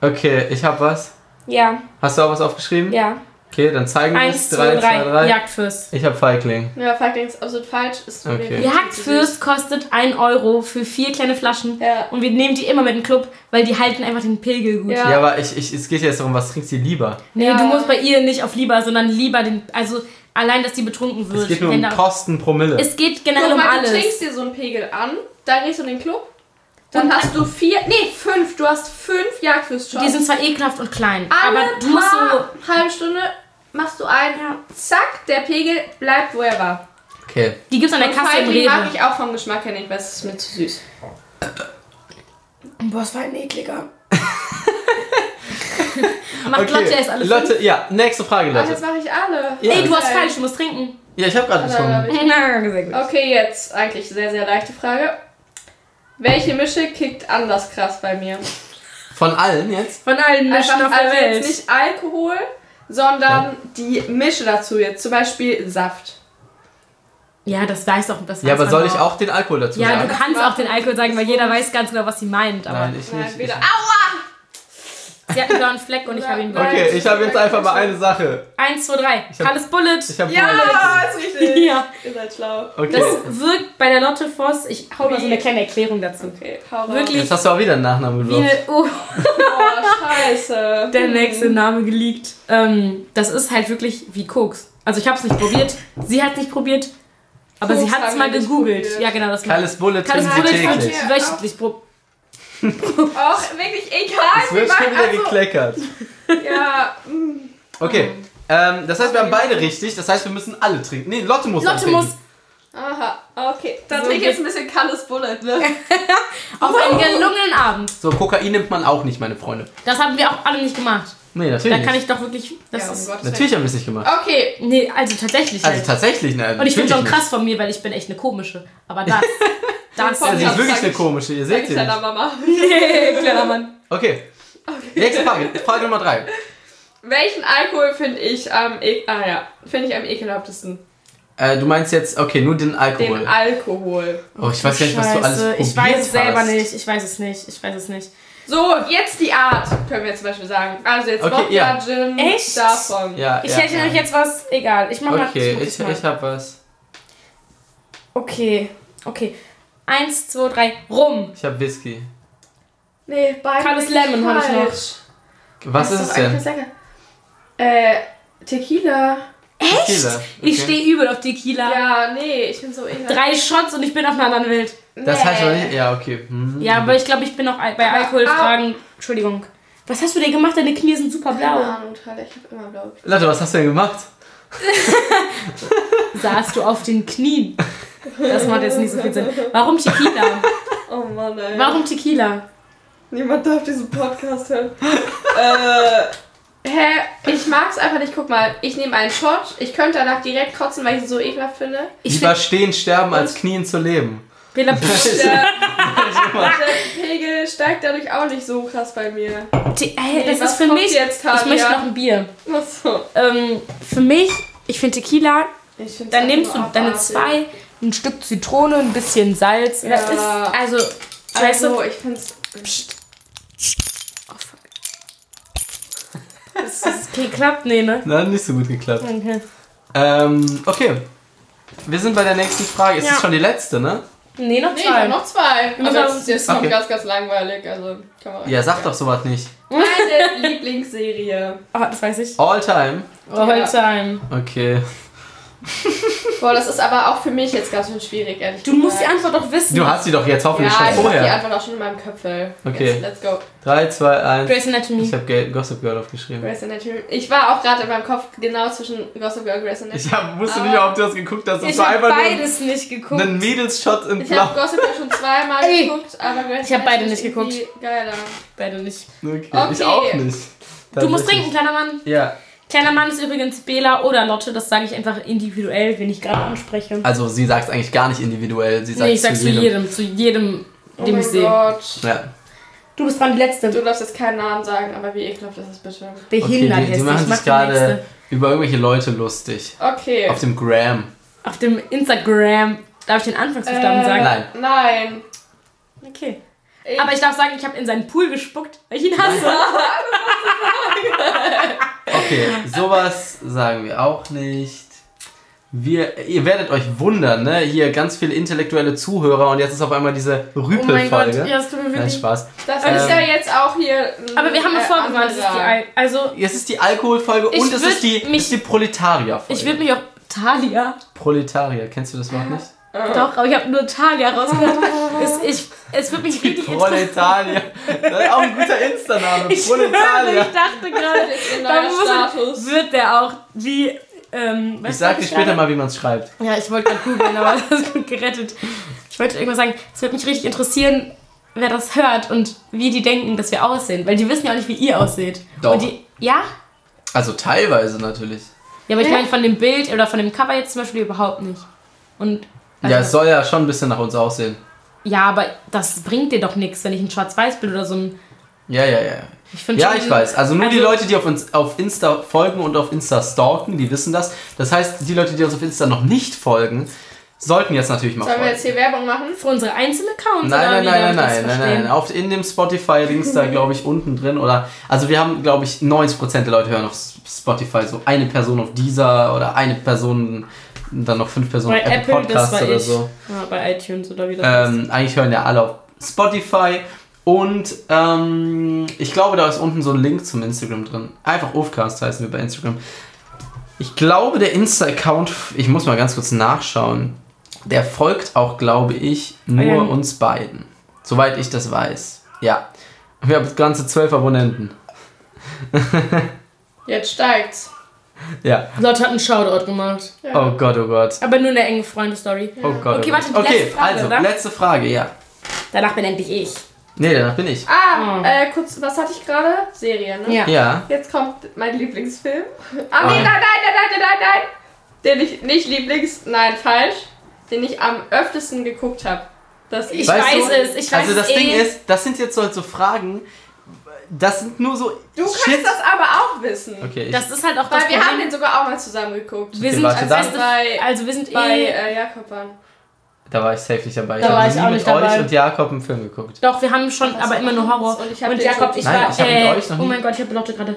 Okay, ich hab was.
Ja,
Hast du auch was aufgeschrieben?
ja.
Okay, dann zeigen wir
Eins,
es.
zwei,
3, 2,
drei.
3.
Jagdfürst.
Ich hab Feigling.
Ja, Feigling ist absolut falsch. Ist mir
Okay.
viel zu süß.
Jagdfürst kostet 1 Euro für vier kleine Flaschen.
Ja.
Und wir nehmen die immer mit in den Club, weil die halten einfach den Pilgel gut.
Ja.
Ja, aber ich, ich, es geht jetzt darum, was trinkst du lieber?
Nee,
Ja.
du musst bei ihr nicht auf lieber, sondern lieber den. Also allein, dass die betrunken wird.
Es geht nur um
Wenn da-
Kosten Promille.
es geht
Guck
generell um
mal, du
alles.
trinkst dir so einen Pegel an, dann gehst du in den Club, dann hast du vier, nee, fünf, du hast fünf Jagdfürst-Shots.
Die sind zwar ekelhaft und klein,
Alle
aber du musst so.
paar halbe Stunde machst du einen, zack, der Pegel bleibt, wo er war.
Okay.
Die gibt's an der
Und
Kasse im
Feigling mag
Rewe.
ich auch vom Geschmack her nicht, weil es ist mir zu süß.
Boah, es war ein ekliger. Macht
okay.
Lotte erst alle fünf.
Lotte, ja, nächste Frage,
Ach, Ah, jetzt
Lotte.
mache ich alle.
Ja.
Ey, du hast
Geil.
falsch, du musst trinken.
Ja, ich hab gerade
Alle hab
getrunken.
ich.
Na, sehr gut.
Okay, jetzt eigentlich sehr, sehr leichte Frage. Welche Mische kickt anders krass bei mir?
Von allen jetzt?
Von allen Menschen auf
Einfach,
der
also
Welt.
jetzt nicht Alkohol, sondern die Mische dazu jetzt. Zum Beispiel Saft.
Ja, das weiß auch. Das
Ja,
weiß
aber
man
soll ich
doch.
auch den Alkohol dazu
Ja, du
sagen?
kannst auch den Alkohol sagen, weil jeder weiß ganz genau, was sie meint. Aber
Nein, ich
Nein,
nicht.
weder.
Ich,
sie hat einen blauen Fleck und ich habe ihn.
Nein.
okay, ich habe jetzt einfach mal eine Sache.
Eins, zwei, drei.
hab-
Kalles Bullet.
Ich habe
Ja, ist richtig.
Ja.
Ihr seid schlau.
Das
Okay.
wirkt bei der Lotte Voss. Ich hau mal so eine kleine Erklärung dazu.
Okay, hau raus.
Wirklich
Jetzt hast du auch wieder einen Nachnamen
wie eine.
gedroppt.
Oh,
Oh, scheiße.
der nächste Name geleakt. Ähm, das ist halt wirklich wie Koks. Also ich habe es nicht probiert. Sie hat es nicht probiert. Aber
Koks
sie hat es
haben
mal
wir nicht
gegoogelt.
probiert.
Ja, genau. Das
Kalles Bullet
Kalles
trinken sie
Bullet
von
täglich.
wird
täglich.
wöchentlich probiert.
Auch wirklich egal.
Es wird
wie
schon
man-
wieder
also,
gekleckert.
Ja, Mm.
Okay. Ähm, das heißt, wir haben beide richtig. Das heißt, wir müssen alle trinken. Nee, Lotte muss
Lotte
antrinken.
muss.
aha, okay. Dann
So
trink ich jetzt
geht-
ein bisschen Kalles Bullet, ne?
Auf einen gelungenen Abend.
So, Kokain nimmt man auch nicht, meine Freunde.
Das haben wir auch alle nicht gemacht.
Nee, natürlich
Da kann
nicht.
ich doch wirklich. Das
Ja, um
ist,
Gottes Willen.
Natürlich haben wir es nicht gemacht.
Okay,
nee, also tatsächlich.
Also
halt.
tatsächlich, ne?
Und ich finde schon
natürlich
krass von mir, weil ich bin echt eine komische. Aber das. das
nicht. Ja, sie Also, ist
Podcast,
wirklich
sag
eine
ich.
komische, ihr
sag
seht
ich
sie nicht.
deiner Mama.
nee, kleiner Mann.
Okay. Nächste Frage, Frage Nummer drei.
Welchen Alkohol finde ich am e ah, ja. finde ich am ekelhaftesten?
Äh, du meinst jetzt, okay, nur den Alkohol.
Den Alkohol.
oh, ich weiß gar nicht, was du alles
Scheiße,
probiert
Ich weiß es selber
hast.
nicht. Ich weiß es nicht. Ich weiß es nicht.
So, jetzt die Art, können wir zum Beispiel sagen. Also jetzt
Okay,
Wodka,
ja.
Gin,
Echt?
davon.
Ja,
Ich
ja,
hätte
ja.
euch jetzt was. Egal. Ich mach mal.
Okay,
mach
ich,
mal.
ich hab was.
Okay. Okay. Eins, zwei, drei. Rum.
Ich hab Whisky.
Nee, beide
Carlos
richtig
Lemon hab ich
falsch.
Was ist
doch
es denn?
eigentlich lecker. Äh, Tequila.
Echt?
Ich stehe übel auf Tequila.
Ja, nee, ich bin so ekelhaft.
Drei Shots und ich bin auf einer anderen Welt.
Das heißt aber
Nee.
nicht. Ja, okay. Hm.
Ja, aber ich glaube, ich bin auch al- bei
Aber-
Alkoholfragen. Entschuldigung. Was hast du denn gemacht? Deine Knie sind super
Keine
blau.
Ahnung, Tyler, ich hab immer blau.
Leute, was hast du denn gemacht?
Saßt du auf den Knien? Das macht jetzt nicht so viel Sinn. Warum Tequila?
Oh Mann, ey.
Warum Tequila?
Niemand darf diesen Podcast hören. äh. Hä? Ich mag's einfach nicht. Guck mal, ich nehme einen Shot. Ich könnte danach direkt kotzen, weil ich ihn so ekelhaft finde.
Ich
Lieber
finde.
stehen, sterben, als knien zu leben.
Der, der Pegel steigt dadurch auch nicht so krass bei mir.
Ey,
Nee,
das
was
ist für
kommt
mich.
Jetzt,
Ich möchte noch
Talia?
ein Bier.
Achso.
Ähm, für mich, ich finde Tequila,
Ich find's
dann
einfach
nimmst du
nur
deine
abartig.
zwei, ein Stück Zitrone, ein bisschen Salz.
Ja.
Das ist, also, weißt
Also,
du,
ich find's.
das ist geklappt, nee, ne?
Na, hat nicht so gut geklappt.
Okay.
Ähm, okay. Wir sind bei der nächsten Frage. Es
Ja.
ist schon die letzte, ne?
Nee, noch
Nee, ich hab
zwei. Also
noch zwei.
Wir müssen
Aber
noch-
das ist jetzt
Okay.
noch ganz, ganz langweilig. Also, kann man
Ja, sag doch sowas nicht.
Meine Lieblingsserie.
Ah, das weiß ich.
All time.
All
Ja.
time.
Okay.
Boah, das ist aber auch für mich jetzt ganz schön schwierig, ehrlich
Du musst die
gesagt.
Antwort doch wissen.
Du hast sie doch jetzt hoffentlich
Ja, ich
schon
hab die
vorher.
Antwort auch schon in meinem Köpfel.
Okay.
Jetzt, let's go.
3, 2, 1.
Grey's Anatomy.
Ich hab Ge- Gossip Girl aufgeschrieben.
Grace Anatomy. Ich war auch gerade in meinem Kopf genau zwischen Gossip Girl und Grace Anatomy.
Ich hab, wusste nicht, ob du das geguckt hast. Das
Ich
war
habe
einfach nur
beides nicht geguckt.
ein Mädels-Shot in
Ich habe
Blau.
Gossip Girl schon zweimal
Ey.
geguckt, aber Grace
Ich hab beide
Anatomy
nicht
ist irgendwie Geiler. Oh
Beide nicht.
Okay. Ich
Okay.
auch nicht.
Du musst
Tatsächlich.
trinken, kleiner Mann.
Ja.
Kleiner Mann ist übrigens Bela oder Lotte. Das sage ich einfach individuell, wenn ich gerade anspreche.
Also sie sagt es eigentlich gar nicht individuell. Sie sagt
nee, ich
zu
sag's zu
jedem.
jedem. Zu jedem,
Oh
dem
mein
ich sehe.
Gott.
Ja.
Du bist dran, die
Du
letzte.
darfst jetzt keinen Namen sagen, aber wie ekelhaft ist es bitte.
Okay,
Behindert
die, die
hässlich.
machen
Ich mach
sich
die nächste.
gerade über irgendwelche Leute lustig.
Okay.
Auf dem Gram.
Auf dem Instagram. Darf ich den Anfangsbuchstaben
Äh,
sagen?
Nein.
Nein.
Okay.
Ich-
Aber ich darf sagen, ich habe in seinen Pool gespuckt, weil ich ihn hasse.
Okay, sowas sagen wir auch nicht. Wir, ihr werdet euch wundern, ne? Hier ganz viele intellektuelle Zuhörer und jetzt ist auf einmal diese Rüpel-Folge.
Oh ja, es tut mir
Nein,
wirklich.
Spaß.
Das
Ähm.
ist ja jetzt auch hier. ein,
Aber wir haben
äh,
ja vorgewarnt, das ist die
anderer.
Al Also,
Es ist die Alkoholfolge
Ich
und es
würd
ist die,
mich-
ist die Proletarier-Folge.
ich würde mich auch Talia.
Proletarier, kennst du das Wort nicht?
Doch, aber ich habe nur Talia rausgehört. es, ich, es wird mich
Die
richtig interessieren.
Proletarier. Das ist auch ein guter Insta-Name.
Ich schwöre,
Proletarier.
ich dachte gerade,
Das ist ein
da
neuer
muss
Status.
wird der auch wie. Ähm,
Ich sag dir später mal, wie man es schreibt.
Ja, ich wollte gerade googeln, aber das ist gut gerettet. Ich wollte irgendwas sagen, es würde mich richtig interessieren, wer das hört und wie die denken, dass wir aussehen. Weil die wissen ja auch nicht, wie ihr ausseht.
Doch.
Und die, ja?
Also teilweise natürlich.
Ja, aber ich
Ja.
meine von dem Bild oder von dem Cover jetzt zum Beispiel überhaupt nicht. Und also,
Ja, es soll ja schon ein bisschen nach uns aussehen.
ja, aber das bringt dir doch nichts, wenn ich ein Schwarz-Weiß-Bild oder so ein.
Ja, ja, ja.
Ich find
Ja,
schon-
ich weiß. Also nur die
Also-
Leute, die auf, uns, auf Insta folgen und auf Insta stalken, die wissen das. Das heißt, die Leute, die uns auf Insta noch nicht folgen, sollten jetzt natürlich mal
Sollen wir jetzt
folgen.
hier Werbung machen?
Für unsere einzelnen Accounts. oder
Nein, nein,
wie
nein, nein, nein,
darf ich das
nein, nein,
verstehen? Mhm.
nein. Auf, in dem Spotify-Dings da, glaube ich, unten drin. Oder, also wir haben, glaube ich, 90% der Leute hören auf Spotify. So eine Person auf dieser oder eine Person, dann noch fünf Personen
Bei
auf Apple,
Apple, das
Podcasts
war
oder
ich.
so.
Ja, bei iTunes oder wie das heißt.
Ähm, eigentlich hören ja alle auf Spotify. Und ähm, ich glaube, da ist unten so ein Link zum Instagram drin. Einfach Ofcast heißen wir bei Instagram. Ich glaube, der Insta-Account, ich muss mal ganz kurz nachschauen, der folgt auch, glaube ich, nur
Ah ja.
uns beiden. Soweit ich das weiß. Ja. Wir haben ganze zwölf Abonnenten.
Jetzt steigt's.
Ja.
Lotte hat einen Shoutout gemacht.
Oh Gott, oh Gott.
Aber nur eine enge Freunde-Story.
Oh Gott.
Okay,
oh
warte, die
Gott. okay
letzte Frage,
also,
oder?
letzte Frage, ja.
Danach bin endlich ich.
Nee, danach bin ich.
Ah,
Oh.
äh, kurz, was hatte ich gerade? Serie, ne?
Ja.
Jetzt kommt mein Lieblingsfilm. Ah, nee,
Ah.
nein, nein, nein, nein, nein, nein, nein. Den ich nicht Lieblings, nein, falsch. Den ich am öftesten geguckt habe. Das
Ich
Weißt
weiß
du,
es, ich weiß
Also das
es
Ding
eh.
ist, das sind jetzt so, halt so Fragen, das sind nur so
Du kannst das aber auch wissen.
Okay, ich,
Das ist halt auch das
Weil wir haben
Problem.
den sogar auch mal zusammen geguckt.
Wir
Okay,
sind
warte,
als
dann-
beste-
Bei-
also wir sind
Bei
eh.
äh, Jakob waren.
da war ich safe nicht dabei.
Da
ich
war
habe
ich
nie
auch
mit
nicht dabei.
euch und Jakob einen Film geguckt.
Doch, wir haben schon, aber immer nur Horror.
Und
Und,
ich hab den
Jakob,
schon-
ich
Nein,
war.
ich hab mit
äh,
euch noch nie-
oh mein Gott, ich hab Lotte gerade.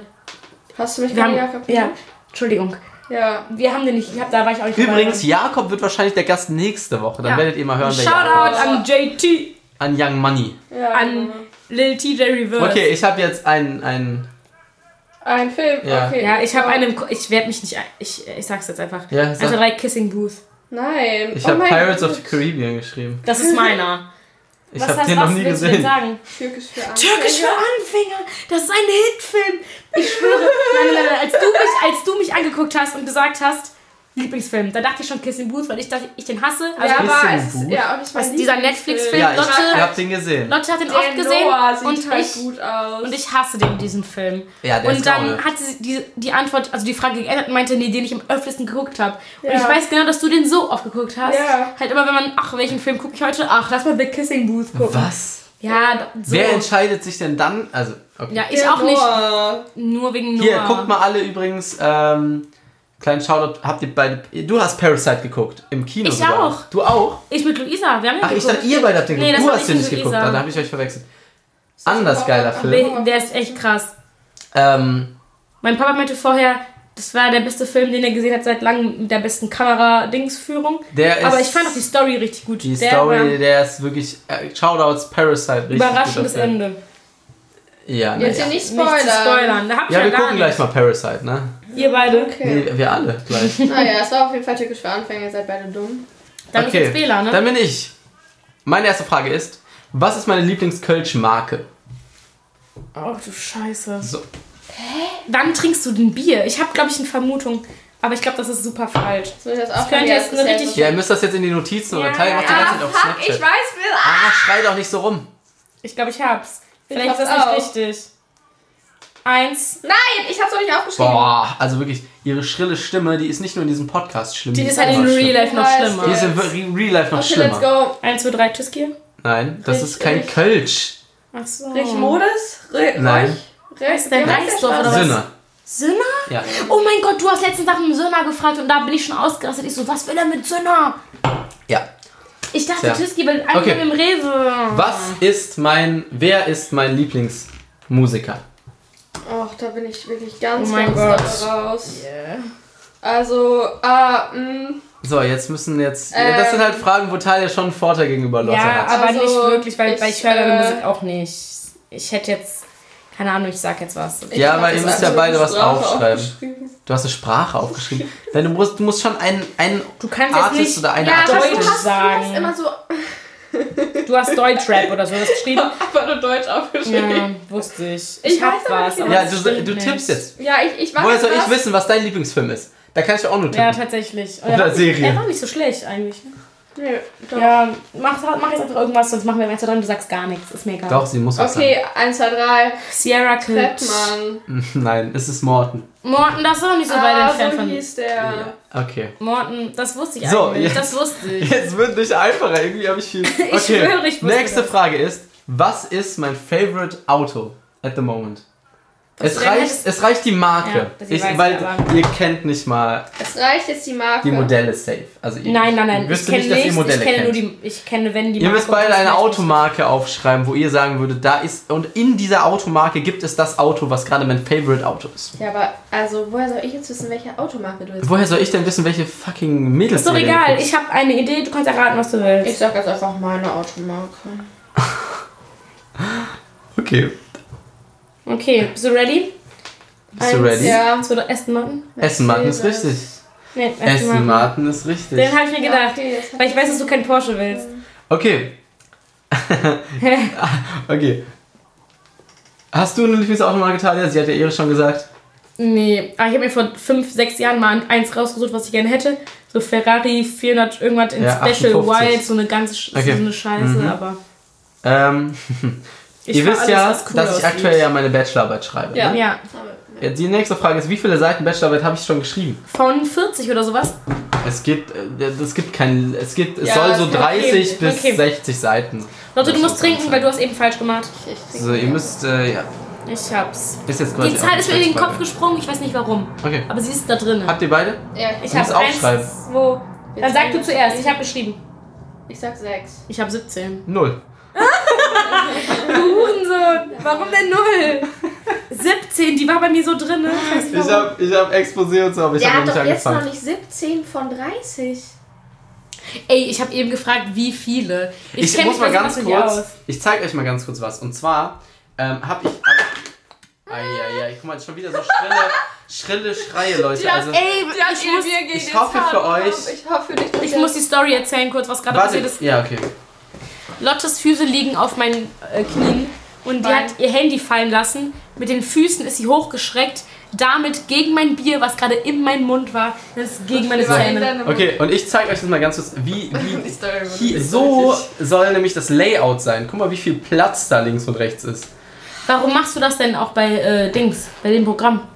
Hast du mich
Wir
gerade
haben.
Jakob
Ja,
genannt?
Entschuldigung.
ja.
Wir haben den nicht. Ich hab, da war ich auch nicht
Übrigens, Jakob wird wahrscheinlich der Gast nächste Woche. Dann
Ja.
werdet ihr mal hören,
dabei.
wer Jakob
Shoutout an JT,
ist. An Young Money.
Ja. genau.
an Lil TJ Reverse.
Okay, ich habe jetzt einen, einen.
Ein Film,
Ja.
okay.
Ja, ich habe eine. im Ko- Ich werde mich nicht. ein- Ich, ich sag's jetzt einfach.
Ja,
Also
sag,
drei Kissing Booth.
Nein.
ich
oh
habe
mein
Pirates
Gott.
of the Caribbean geschrieben.
Das ist meiner.
Ich habe den noch nie
willst du denn
gesehen.
sagen?
Türkisch für Arme.
Türkisch für Anfänger. Das ist ein Hitfilm. Ich schwöre. Nein, nein, nein. Als du mich, als du mich angeguckt hast und gesagt hast, Lieblingsfilm, da dachte ich schon Kissing Booth, weil ich dachte, ich den hasse. Also
Ja, aber es
Kissing
ist
Booth.
ja auch nicht mein
Was, dieser
Lieblingsfilm.
Netflix-Film?
Ja, ich,
Lotte-
ich habe den gesehen.
Lotte hat den
Der
oft gesehen
Noah sieht
und
halt
ich
gut aus.
und ich hasse den diesen Film.
Ja, der ist ne?
und dann
Laune.
hat sie die, die Antwort, also die Frage geändert und meinte, nee, den ich am öftesten geguckt habe. Und
Ja.
ich weiß genau, dass du den so oft geguckt hast.
Ja.
Halt immer, wenn man, ach, welchen Film gucke ich heute? Ach, lass mal The Kissing Booth gucken.
Was?
Ja, so.
Wer entscheidet sich denn dann? Also, okay.
ja, ich
Der
auch nicht.
Noah.
Nur wegen Noah.
Hier, guckt mal alle übrigens. Ähm, kleinen Shoutout. Habt ihr beide. Du hast Parasite geguckt. Im Kino.
Ich
sogar.
auch.
Du auch?
Ich mit Luisa, wir haben ja
Ach, ich
geguckt.
dachte, ihr beide habt den
Nee,
geguckt.
das
du
hab
hast
ich
den
mit
nicht geguckt.
Luisa.
Dann habe ich euch verwechselt. Anders
Horror?
geiler Film.
Wer- Der ist echt krass.
Ähm,
Mein Papa meinte vorher, das war der beste Film, den er gesehen hat seit langem mit der besten Kamera-Dingsführung.
der ist.
Aber ich fand auch die Story richtig gut.
Die
der
Story,
war
der ist wirklich. Äh, Shoutouts, Parasite, richtig.
überraschendes
guter Film.
Ende.
Ja, na,
Jetzt
ja.
hier nicht
Nicht zu
spoilern.
spoilern. Da hab ich
ja,
ja,
wir
gar
gucken
nichts.
gleich mal Parasite, ne?
Ihr beide.
Okay.
Nee, wir alle gleich.
Naja, es war auf jeden Fall Türkisch für Anfänger, ihr seid beide dumm.
Dann ist jetzt Bela, ne?
Dann bin ich. Meine erste Frage ist: Was ist meine Lieblings-Kölsch-Marke?
Ach Oh, du Scheiße.
So.
Wann trinkst du denn Bier? Ich habe, glaube ich, eine Vermutung. Aber ich glaube, das ist super falsch.
So, das auch
könnte
von mir
jetzt
als
eine
dasselbe.
richtig-
Ja, ihr müsst das jetzt in die Notizen oder
Ja,
teilen. Macht die ganze Zeit
Ah,
auf
fuck, ich
Snapchat.
weiß es. Ah,
Ah, schrei doch nicht so rum.
Ich glaube, ich hab's. Vielleicht
hab's
ist das
auch.
nicht richtig. Eins.
Nein, ich hab's doch nicht aufgeschrieben.
Boah, also wirklich, ihre schrille Stimme, die ist nicht nur in diesem Podcast schlimm.
Die ist halt in
einfach
Real
schlimm.
Life noch
Weiß
schlimmer.
Die
ich.
ist in Re- Real Life noch
Okay, let's
schlimmer.
go.
Eins, zwei, drei, tschüss, Gier.
Nein, das ist kein
Richtig.
Kölsch.
Ach so.
Rich Modes? Re
Nein.
Reich? Reich?
denn Reichdorf oder was?
Sinne.
Sünner?
Ja.
Oh mein Gott, du hast letztens nach einem Sünner gefragt und da bin ich schon ausgerastet. Ich so, was will er mit Sünner?
Ja.
Ich dachte,
Tja.
Tüski will einfach
Okay.
mit dem Rewe.
Was ist mein, wer ist mein Lieblingsmusiker?
Och, da bin ich wirklich ganz,
Oh mein
ganz
Gott.
raus. Also, ah, mh,
So, jetzt müssen jetzt, ja, das sind halt Fragen, wo Talia schon einen Vorteil gegenüber Lotte
Ähm, Ja,
hat.
aber
Also,
nicht wirklich, weil, weil ich
ich,
höre deine
äh,
Musik auch nicht. Ich hätte jetzt, keine Ahnung, ich sag jetzt also was.
ich
Ja,
hab
aber ihr
das
müsst ja
absolut
beide was
Sprache
aufschreiben.
aufgeschrieben.
Du hast eine Sprache aufgeschrieben. Denn du musst, du musst schon einen, einen
Du kannst jetzt
Artist
nicht,
oder eine
Ja, aber
Artistin.
du
Deutsch
hast, du hast
sagen.
immer so
du hast Deutschrap oder so das geschrieben.
einfach nur Deutsch aufgeschrieben.
ja, wusste ich.
Ich
Ich, hab
weiß aber
was.
nicht,
Aber
Ja,
das
du,
stimmt
du
nicht.
tippst jetzt.
Ja, ich, ich mache
Woher soll ich
was.
wissen, was dein Lieblingsfilm ist? Da kann ich doch auch nur tippen.
Ja, tatsächlich.
Oder Serie.
Er war nicht so schlecht eigentlich. ne?
Nö, doch.
Ja, mach, mach jetzt einfach irgendwas, sonst machen wir eins dran, du sagst gar nichts. Ist mir egal.
Doch, sie muss was
Okay, 1, 2, 3.
Sierra Clips.
Fettmann.
sagen. Nein, es ist Morten.
Morten, das ist auch nicht so weit
Ah,
entfernt
so
von
hieß der.
Okay.
Morten, das wusste ich
So,
eigentlich.
jetzt-
Das wusste ich.
Jetzt wird nicht einfacher, irgendwie habe ich viel. Okay.
schwöre, ich wusste
Nächste
das.
Frage ist, was ist mein favorite Auto at the moment? Es
du denn
reicht,
Also, hättest-
es reicht die
Ja,
Marke.
das
ich,
weiß ich
weil
aber.
ihr kennt nicht mal
Es reicht jetzt die Marke.
die Modelle safe. Also ihr,
Nein, nein, nein.
Ihr
Ich
wisst
kenne
nicht,
nicht,
dass ihr
ich
Modelle
kenne nur
kennt.
die, ich kenne, wenn die
Ihr müsst beide eine
Automarke.
Automarke aufschreiben, wo ihr sagen würdet, da ist und in dieser Automarke gibt es das Auto, was gerade mein favorite Auto ist.
Ja, aber also woher soll ich jetzt wissen, welche Automarke du bist?
Woher soll ich denn wissen, welche fucking Mädels
Ist doch
ihr denn
egal,
guckt?
ich habe eine Idee, du kannst erraten, was du willst.
Ich sag jetzt einfach meine Automarke.
Okay.
Okay, bist du ready?
Bist du
Eins,
ready?
Ja.
Zwei, drei, Aston Martin?
Aston Martin ist
Mercedes.
richtig.
Nee,
Aston Martin ist richtig.
Den habe ich mir
Ja,
gedacht,
okay, jetzt hab
weil ich weiß, dass du keinen Porsche willst.
Okay. okay. Hast du eine Lieblingsautomarke, Talia? Sie hat ja ihre schon gesagt.
Nee, aber ich habe mir vor fünf, sechs Jahren mal eins rausgesucht, was ich gerne hätte. So Ferrari 400 irgendwas in
Ja,
Special
58.
White, so eine ganz Sch-
Okay.
so eine Scheiße, aber
Ähm,
Ich
ihr
fand
wisst
alles,
ja,
was cool
dass ich
aussieht.
aktuell ja meine Bachelorarbeit schreibe.
Ja.
Ne?
Ja,
Ah,
Ja, Die nächste Frage ist, wie viele Seiten Bachelorarbeit habe ich schon geschrieben?
von 40 oder sowas.
Es gibt, äh, es gibt kein, es gibt, es
Ja,
soll so
okay,
30 bis
okay.
60 Seiten.
Lotte, du
Das
musst
soll
trinken,
sein.
weil du hast eben falsch gemacht.
So, ihr müsst, äh, ja,
Ich hab's.
ist jetzt quasi
Die Zahl
auch
ist mir in den
Frage.
Kopf gesprungen, ich weiß nicht warum.
Okay.
Aber sie ist da drin.
Habt ihr beide?
Ja,
Ich
ich,
Du
hab
musst
eins,
aufschreiben.
zwei. Dann sag du zuerst, ich hab geschrieben.
ich sag sechs.
Ich hab 17.
Null.
Du Hurensohn, warum denn null? 17, die war bei mir so drin, ne? Ich weiß nicht
Ich
warum.
hab, ich hab Exposé und so, aber ich
Der
hab
hat
noch
doch
nicht
jetzt noch
angefangen.
nicht 17 von 30.
Ey, ich habe eben gefragt, wie viele.
Ich,
kenn
muss
mich
mal
bei
ganz
sowas nicht
kurz,
aus.
ich zeig euch mal ganz kurz was. Und zwar ähm, hab ich... Eieiei, guck mal, schon wieder so schrille, schrille Schreie, Leute.
Ja,
also,
Ey, ich, muss,
ich hoffe für euch-
Ich hoffe nicht, dass
ich
ihr-
muss die Story erzählen kurz, was gerade
warte,
passiert ist.
ja, okay.
Lottes Füße liegen auf meinen äh, Knien und die
Bein.
hat ihr Handy fallen lassen. Mit den Füßen ist sie hochgeschreckt, damit gegen mein Bier, was gerade in meinem Mund war, das ist gegen meine
Wir waren in
Zähne.
deinem-
Okay, und ich zeig euch das mal ganz kurz, wie...
Die
wie
Story wurde
hier,
nicht
so
richtig.
soll nämlich das Layout sein. Guck mal, wie viel Platz da links und rechts ist.
Warum machst du das denn auch bei äh, Dings, bei dem Programm?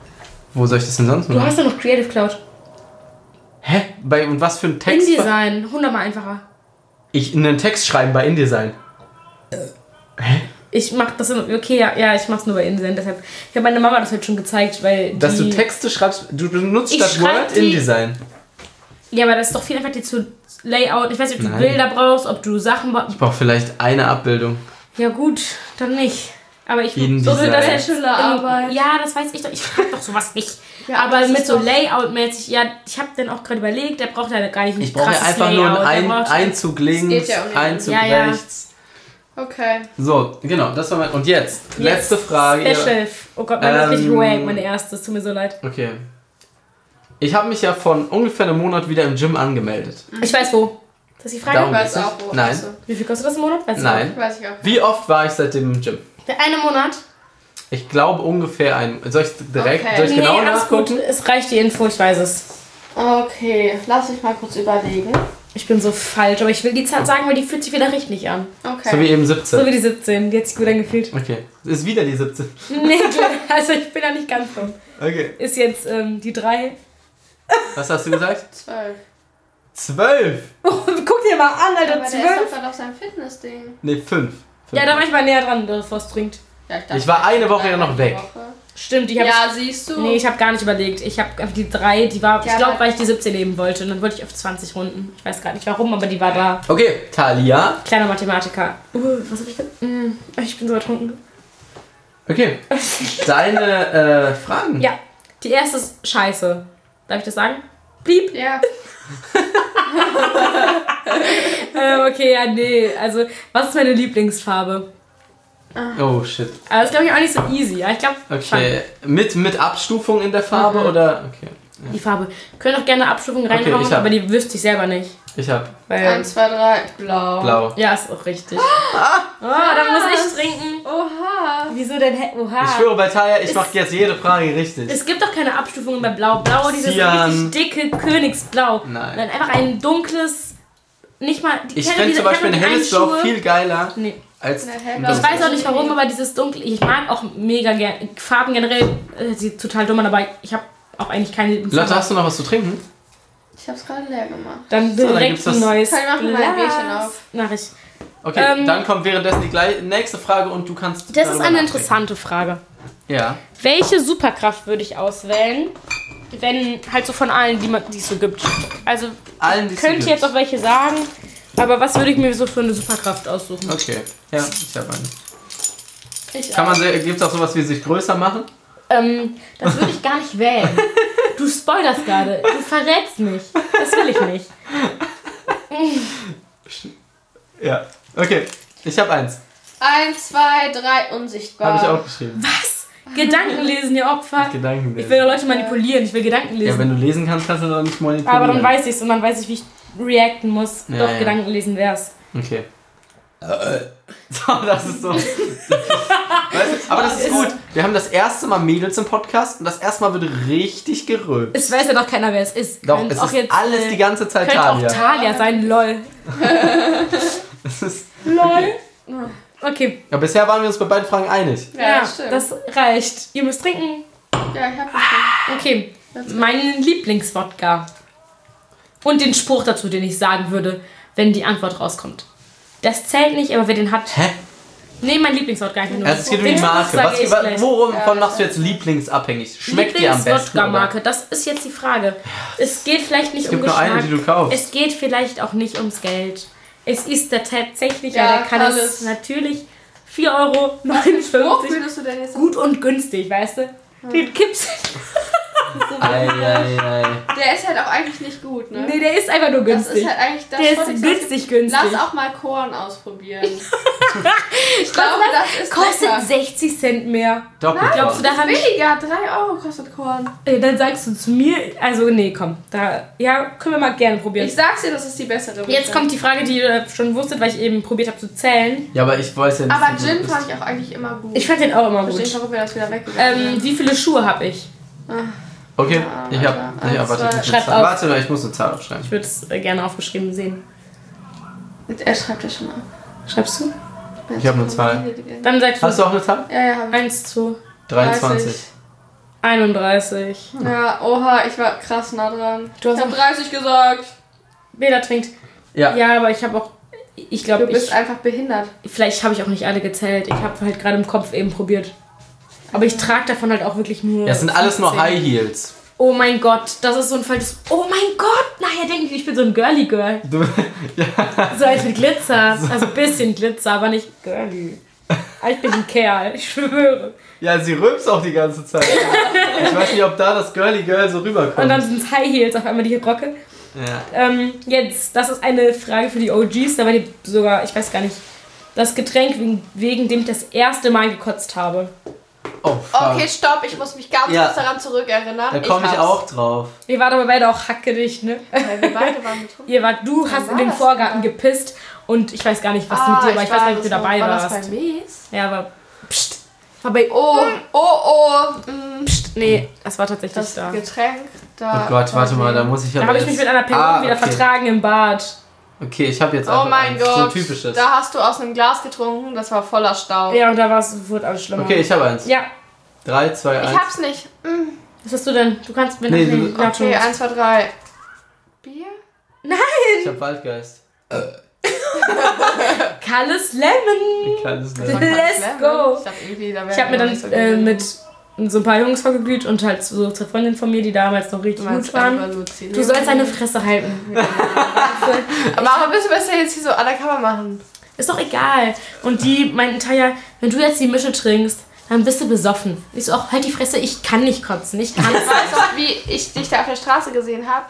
Wo soll ich das denn sonst
Du
machen?
hast ja noch Creative Cloud.
Hä? Bei, und was für ein Text?
InDesign, hundertmal einfacher.
Ich einen Text schreiben bei InDesign.
Ich mach das immer, okay, ja, ja, ich mach's nur bei InDesign, deshalb. Ich habe meiner Mama das heute schon gezeigt, weil.
Dass
die,
du Texte schreibst, du benutzt
Ich
statt
schreib
Word
die-
InDesign.
Ja, aber das ist doch viel einfach dir zu Layout. Ich weiß nicht, ob du
Nein.
Bilder brauchst, ob du Sachen brauchst.
Ich brauche vielleicht eine Abbildung.
Ja, gut, dann nicht. Aber ich
Jeden
so
Design.
das jetzt
Bachelorarbeit.
in, Ja, das weiß ich doch. Ich frag doch sowas nicht.
Ja,
aber
das
mit
ist
so
doch-
Layout-mäßig, ja, ich hab dann auch gerade überlegt, der braucht ja gar nicht ein
Ich brauche ja
krasses
einfach nur
Layout. der
einen ein,
braucht-
Einzug links,
geht ja auch nicht.
Einzug
Ja, ja.
rechts.
Okay.
So, genau, das war mein. Und jetzt,
halt Jetzt,
letzte Frage.
Special. Oh Gott, meine, das ist richtig
Ähm,
wack, meine erste. Es tut mir so leid.
Okay. Ich habe mich ja von ungefähr einem Monat wieder im Gym angemeldet.
Ich weiß wo. Das ist die Frage.
Darum-
Ich weiß
geht's
auch,
nicht?
wo.
Nein.
Achso.
Wie viel kostet das im Monat? Weißt du
Nein.
Weiß ich auch.
Wie oft war ich seitdem im Gym?
noch? Der eine Monat?
Ich glaube ungefähr ein. Soll ich direkt,
Okay.
soll ich
Nee,
genau
alles gut.
nachgucken?
Es reicht die Info, ich weiß es.
Okay, lass mich mal kurz überlegen.
Ich bin so falsch, aber ich will die Zahl sagen, weil die fühlt sich wieder richtig an.
Okay.
So wie eben
So wie
17.
die 17, die hat sich gut angefühlt.
Okay. Ist wieder die 17.
Nee, also ich bin da nicht ganz dumm.
Okay.
Ist jetzt ähm, die 3.
Was hast du gesagt?
Zwölf.
12.
Oh, guck dir mal an, Alter,
Aber der ist doch
12.
gerade auf seinem Fitnessding.
Nee, 5.
Ja, da war ich mal näher dran, bevor es trinkt.
Ja, dachte,
Ich war eine Woche ja
eine
noch weg.
Woche.
Stimmt, ich habe.
Ja, siehst du.
Nee, ich habe gar nicht überlegt. Ich habe einfach die 3, die war. ich
Ja,
glaube,
aber-
weil ich die 17 nehmen wollte. Und dann wollte ich auf 20 runden. Ich weiß gar nicht warum, aber die war da.
Okay, Talia.
Kleiner Mathematiker. Uh, was hab ich denn? Mm, ich bin so ertrunken.
Okay. Deine äh, Fragen.
Ja, die erste ist scheiße. Darf ich das sagen? Blieb.
ja,
Ähm, okay, ja, nee. Also, was ist meine Lieblingsfarbe?
Oh shit.
Aber das ist, glaube ich, auch nicht so easy. Ja, ich glaube,
Okay. Mit, mit Abstufung in der Farbe
Mhm.
oder? Okay.
die Farbe. Können auch gerne Abstufungen reinhauen,
ich hab-
aber die wüsste ich selber nicht.
Ich hab
Weil,
eins, zwei, drei.
Oh,
Blau.
Ähm, blau.
ja, ist auch richtig. Oh, dann muss ich trinken.
Oha.
Wieso denn? hä-
Ich
Oha.
schwöre bei Talia, ich
Ist-
mache jetzt jede Frage richtig.
Es gibt doch keine Abstufungen bei Blau. Blau, dieses
Cyan.
richtig dicke Königsblau.
Nein.
Dann einfach ein dunkles, nicht mal... Die
Ich
kenne
fände
diese-
zum Beispiel ein
kenne die
helles
einen
Blau
Schuhe-
viel geiler
Nee.
als.
Eine
ein
helle-
blaues
Ich weiß
Blau.
auch nicht warum, aber dieses dunkle. Ich mag auch mega gerne Farben generell. Äh, sie total dumm, an, aber ich habe auch eigentlich keine Lieblingsfarbe.
Lotte, hast du noch was zu trinken?
Ich hab's gerade leer gemacht.
Dann
So, dann
direkt
gibt's das-
ein neues.
Kann ich machen, mein
Glas.
Bierchen auf.
Mach ich.
Okay,
Ähm,
dann kommt währenddessen die gleich, nächste Frage und du kannst.
Das ist
darüber
eine
nachdenken.
interessante Frage.
Ja.
Welche Superkraft würde ich auswählen, wenn halt so von allen, die man- die es so gibt? Also
Allen, die es so
könnt ihr
gibt.
jetzt auch welche sagen, aber was würde ich mir so für eine Superkraft aussuchen?
Okay. Ja, ich habe eine.
Ich
Kann
auch.
man, gibt's auch sowas wie sich größer machen?
Ähm, das würde ich gar nicht wählen. Du spoilerst gerade. Du verrätst mich. Das will ich nicht.
Ja. Okay. Ich habe eins.
Eins, zwei, drei. Unsichtbar.
Habe ich auch geschrieben.
Was? Gedanken lesen, ihr Opfer.
Gedanken
Ich will ja Leute manipulieren, ich will Gedanken
Ja,
lesen.
wenn du lesen kannst, kannst du doch nicht manipulieren.
aber dann weiß ich es und dann weiß ich, wie ich reacten muss.
Ja,
Doch,
ja.
Gedanken lesen wär's.
Okay. So, das ist so. weißt du, aber das ist gut. Wir haben das erste Mal Mädels im Podcast und das erste Mal wird richtig gerülpt.
Es weiß ja doch keiner, wer es ist.
Doch,
Könnte
es
auch
ist
jetzt, äh,
alles die ganze Zeit
Könnte auch
Talia.
Talia sein, lol.
Es ist-
Lol. Okay.
Ja, bisher waren wir uns bei beiden Fragen einig.
Ja, ja stimmt.
das Ah, reicht. Ihr müsst trinken.
ja, ich hab verstanden.
Okay. Meinen Lieblingswodka. Und den Spruch dazu, den ich sagen würde, wenn die Antwort rauskommt. Das zählt nicht, aber wer den hat.
Hä?
Nee, mein Lieblingswodka. ich bin nur-
Also es geht um
Den
die
Spruch
Marke.
sage
Was,
ich
wa-
gleich.
worum
Ja,
von machst du jetzt lieblingsabhängig? Schmeckt dir am besten? Oder?
Lieblingswodka-Marke, das ist jetzt die Frage. Es geht vielleicht nicht um
gibt nur
Geschmack.
eine, die du kaufst.
Es geht vielleicht auch nicht ums Geld. Es ist da tatsächlich,
Ja,
ja, da kann
alles.
es natürlich 4,59
Wo
Euro
würdest du denn jetzt
gut und günstig, weißt du? Den kippst
so
Ei, ei, ei.
Der ist halt auch eigentlich nicht gut, ne?
Nee, der ist einfach nur
das
günstig.
ist halt eigentlich das
der
wollte ich
ist
sagen.
günstig, günstig.
Lass auch mal Korn ausprobieren. ich glaube, das ist
Kostet
lecker.
60 Cent mehr.
Doppelt.
Glaubst du, da haben
Weniger, 3 Euro kostet Korn.
äh, Dann sagst du zu mir, also nee, komm, da, ja, können wir mal gerne probieren.
Ich sag's dir, das ist die bessere.
Jetzt
Mitte.
kommt die Frage, die ihr schon wusstet, weil ich eben probiert habe zu zählen.
ja, aber ich weiß ja nicht.
Aber
wie du
Gin
bist.
fand ich auch eigentlich immer gut.
Ich fand den auch immer
verstehe
gut.
nicht, warum wir das wieder weggegangen
Ähm, wie viele Schuhe habe ich?
Okay,
Ah,
ich
ja.
hab. Ich
Ah,
hab warte,
zwei.
ich muss
Schreib
eine Zahl-
auf.
warte, mal, ich muss eine Zahl aufschreiben.
Ich würde es äh, gerne aufgeschrieben sehen.
sind. Er schreibt ja schon ab.
Schreibst du?
Ich hab nur zwei.
Dann sagst
Hast
du
du auch eine Zahl?
Ja, ja, hab ich.
1 zu
23.
31.
Ja, oha, ich war krass nah dran.
Du hast
ich hab 30 gesagt.
Weder trinkt.
Ja.
Ja, aber ich habe auch. Ich
Du
glaube,
bist einfach behindert.
vielleicht habe ich auch nicht alle gezählt. Ich habe halt gerade im Kopf eben probiert. Aber ich trage davon halt auch wirklich nur.
Ja, es sind alles nur
15.
High Heels.
Oh mein Gott, das ist so ein Fall des. Oh mein Gott! Nachher denke ich, ich bin so ein Girly Girl.
Du, ja.
So als mit Glitzer. Also ein bisschen Glitzer, aber nicht Girly. Aber Ich bin ein Kerl, ich schwöre.
ja, sie rülpst auch die ganze Zeit. ich weiß nicht, ob da das Girly Girl so rüberkommt.
Und dann sind es High Heels, auf einmal die Glocke.
ja.
Ähm, jetzt, das ist eine Frage für die OGs, da war die sogar, ich weiß gar nicht, das Getränk, wegen, wegen dem ich das erste Mal gekotzt habe.
Oh, fuck.
Okay, stopp, ich muss mich ganz
Ja.
kurz daran zurückerinnern.
da komme ich,
hab's.
auch drauf. Oh
Ihr wart aber beide auch hackerig, ne?
Weil wir beide waren betrunken.
Ihr wart, du hast
war
in den
das
Vorgarten
denn?
gepisst und ich weiß gar nicht, was mit dir war. Ich weiß gar nicht, ob du
das-
dabei
Ah, war Das
warst.
bei Mies?
Ja, aber. Psst. War bei. Oh.
Oh, oh, oh. mm,
Psst. Nee, das war tatsächlich
Das
da.
Getränk. Da
Oh Gott, warte mal, da muss ich
Ah, Da
aber
habe ich
jetzt-
mich mit einer Person
Ah,
wieder
okay.
vertragen im Bad.
Okay, ich habe jetzt
Oh
einfach
mein
eins.
Gott.
So ein typisches.
Da hast du aus einem Glas getrunken, das war voller Staub.
Ja, und da war es, wurde alles schlimmer.
Okay, ich habe eins.
Ja,
3, 2,
Ich
1.
hab's nicht.
was hast du denn? Du kannst. Wenn
Nee,
nee,
du-
nee, ja,
Okay,
schon.
eins, zwei, drei. Bier?
Ich habe Waldgeist.
Kalles Lemon.
Ich kann es nicht.
Sag mal,
Let's
Lemon.
go.
Ich dachte irgendwie, da wäre
Ich habe mir
noch
dann
nicht so
äh,
gewesen.
mit so ein paar Jungs vorgeglüht und halt so zur Freundin von mir, die damals noch
Du
richtig
meinst
gut waren.
einfach Luzi.
Du sollst halt deine Fresse halten.
Aber warum müssen wir es denn jetzt hier so undercover machen?
Ist doch egal. Und die meinten, Taya, wenn du jetzt die Mische trinkst, dann bist du besoffen. Ich so, auch halt die Fresse, ich kann nicht kotzen. Ich kann
Du weißt doch, wie ich dich da auf der Straße gesehen habe.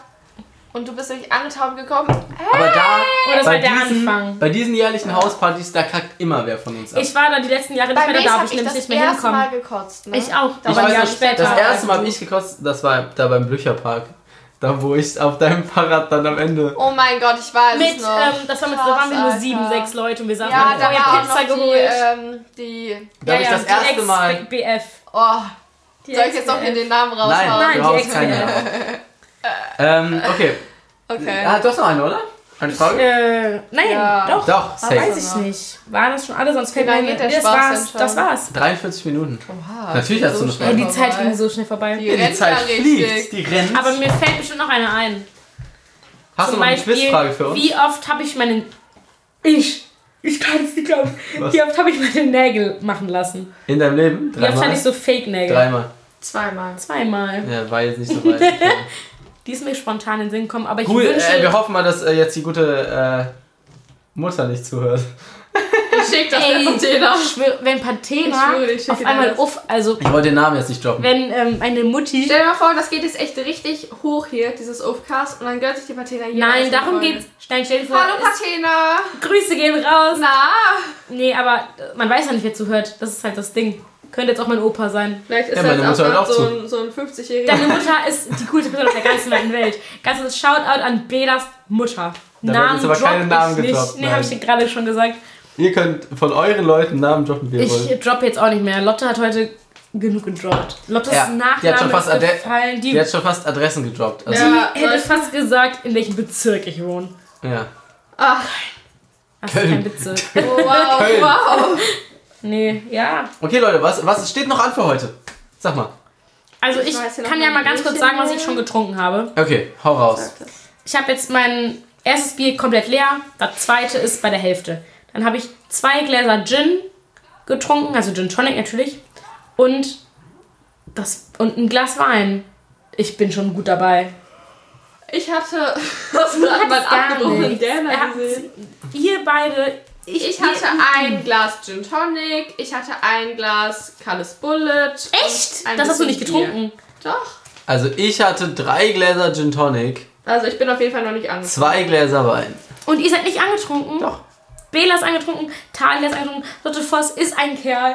Und du bist durch angetaubt gekommen. Hä?
Aber da,
Oder das
bei,
war der
diesen,
Anfang.
bei diesen jährlichen Hauspartys, da kackt immer wer von uns ab.
Ich war da die letzten Jahre nicht
Bei
mehr
mir
da, da
habe
habe
ich
ich
das
nämlich nicht mehr
erste Mal
hinkommen.
gekotzt. Ne?
Ich auch,
Ich
aber ein
weiß
Jahr
nicht,
später.
Das erste Mal habe ich gekostet, das war da beim Blücherpark. Da, wo ich auf deinem Fahrrad dann am Ende.
Oh mein Gott, ich weiß
mit,
es noch.
ähm, das war mit, da
Krass,
waren wir nur
Alter.
sieben, sechs Leute und wir saßen
Ja,
haben
da
vorher
war
Pizza
auch noch die,
geholt.
ähm, die...
Da habe ich das
die
erste Mal.
Ex-BF.
Oh,
Die
soll ich jetzt auch hier
Ex-BF.
den Namen raushauen?
Nein,
Nein,
du
die
haust keine. ähm, okay.
Okay.
Ah, du hast noch eine, oder? Eine Frage?
Äh, nein,
Ja.
doch.
Doch,
Weiß
safe.
ich nicht. War das schon alle? Sonst fällt
Genau. Wie lange
mir
geht der
das
Spaß
war's.
denn schon?
Das war's.
43 Minuten.
Oha,
Natürlich hast du eine
Ja,
Frage.
schnell
die Zeit
vorbei.
ging so schnell vorbei.
Die rennt ja richtig.
die rennt.
Aber mir fällt bestimmt noch eine ein.
hast du noch eine Quizfrage für uns?
Wie oft habe ich meinen. Ich! Ich kann es nicht glauben.
Was?
Wie oft habe ich meine Nägel machen lassen?
In deinem Leben?
Wie oft hatte ich
Dreimal?
so Fake-Nägel?
Dreimal.
Zweimal.
Zweimal.
Ja, war jetzt nicht so weit. Okay.
Die ist mir spontan in den Sinn gekommen, aber ich
Cool,
wünsche.
äh, wir hoffen mal, dass äh, jetzt die gute äh, Mutter nicht zuhört.
Ich schick das
Ey.
der Container.
ich schwöre, wenn Pantena
Ich schwöre, ich schicke
auf
dir
einmal
das.
uff, also
Ich wollte den Namen jetzt nicht droppen.
wenn ähm, eine Mutti.
Stell dir mal vor, das geht jetzt echt richtig hoch hier, dieses Ofcast, und dann gehört sich die Patena hier.
Nein, darum geht's. Nein, stell dir vor,
Hallo
es-
Patena!
Grüße gehen raus.
Na?
Nee, aber äh, man weiß ja nicht, wer zuhört. Das ist halt das Ding. Könnte jetzt auch mein Opa sein.
Vielleicht ist
Ja,
ja,
meine
das
Mutter hört
auch,
auch
so
zu.
ein, so ein 50-jähriger.
Deine Mutter ist die coolste Person auf der ganzen weiten Welt. Ganzes Shoutout an Belas Mutter.
Da werden jetzt aber
dropp
keine Namen
ich
gedroppt,
nicht. Nee,
nein.
habe ich dir gerade schon gesagt.
Ihr könnt von euren Leuten Namen droppen, wie ihr wollt.
Ich droppe jetzt auch nicht mehr. Lotte hat heute genug gedroppt.
Ja,
Lottes
die hat schon
Nachname
fast
ist
Ade-
gefallen. Die,
Die hat schon fast Adressen gedroppt. Also,
die
Ja,
hätte
soll ich-
fast gesagt, in welchem Bezirk ich wohne.
ja.
Ach, oh,
Ach, das ist
Köln.
kein Bezirk.
Wow,
Köln.
wow.
Nee, ja.
Okay, Leute, was, was steht noch an für heute? Sag mal.
Also
Ich
ich,
weiß ja noch
kann ja
meine
mal ganz kurz
Bierchen
sagen, was ich
hier.
schon getrunken habe.
Okay, hau raus.
Ich habe jetzt mein erstes Bier komplett leer, das zweite ist bei der Hälfte. Dann habe ich zwei Gläser Gin getrunken, also Gin Tonic natürlich, und, das, und ein Glas Wein. Ich bin schon gut dabei.
Ich hatte. Was
Du hattest gar nichts. Er hat-
gesehen?
Ihr beide, ich,
Ich hatte
ihr-
ein Glas Gin Tonic, ich hatte ein Glas Kalles Bullet.
Echt?
ein
das hast du nicht
bisschen
getrunken.
Doch.
Also ich hatte drei Gläser Gin Tonic,
Also ich bin auf jeden Fall noch nicht angekommen.
zwei Gläser Wein.
Und ihr seid nicht angetrunken?
Doch.
Bela ist angetrunken, Talia ist angetrunken, Lotte Voss ist ein Kerl,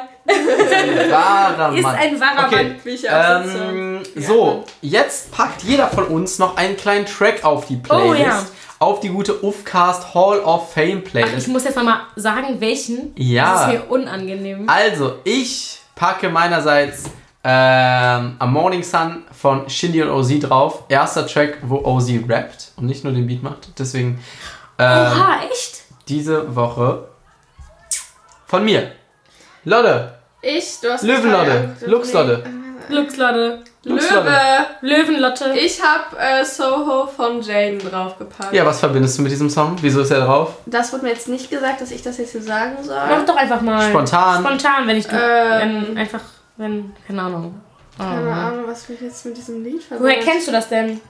Wahrer
ist
Mann.
ein wahrer
Okay.
Mann.
Wie ich
Ähm, so, jetzt packt jeder von uns noch einen kleinen Track auf die Playlist.
Oh, ja.
Auf die gute Ufcast Hall of Fame
Ach, ich
Playlist.
muss jetzt nochmal sagen, welchen.
Ja.
Das ist mir unangenehm.
also, ich packe meinerseits ähm, A Morning Sun von Shindy und OZ drauf. Erster Track, wo OZ rappt und nicht nur den Beat macht. Deswegen ähm,
Oha, echt?
diese Woche von mir. Lotte,
Ich, du hast
Löwenlotte,
total-
Luxlotte,
Glückslotte.
Luxlotte.
Löwe.
Löwenlotte.
Ich hab äh, Soho von Jaden draufgepackt.
Ja, was verbindest du mit diesem Song? Wieso ist er drauf?
Das wurde mir jetzt nicht gesagt, dass ich das jetzt hier sagen soll.
Mach doch einfach mal.
Spontan.
Spontan, wenn ich du.
Ähm.
Wenn, einfach, wenn. Keine Ahnung.
Keine
Oh.
Ahnung, was mich jetzt mit diesem Lied verbindet.
Woher kennst du das denn?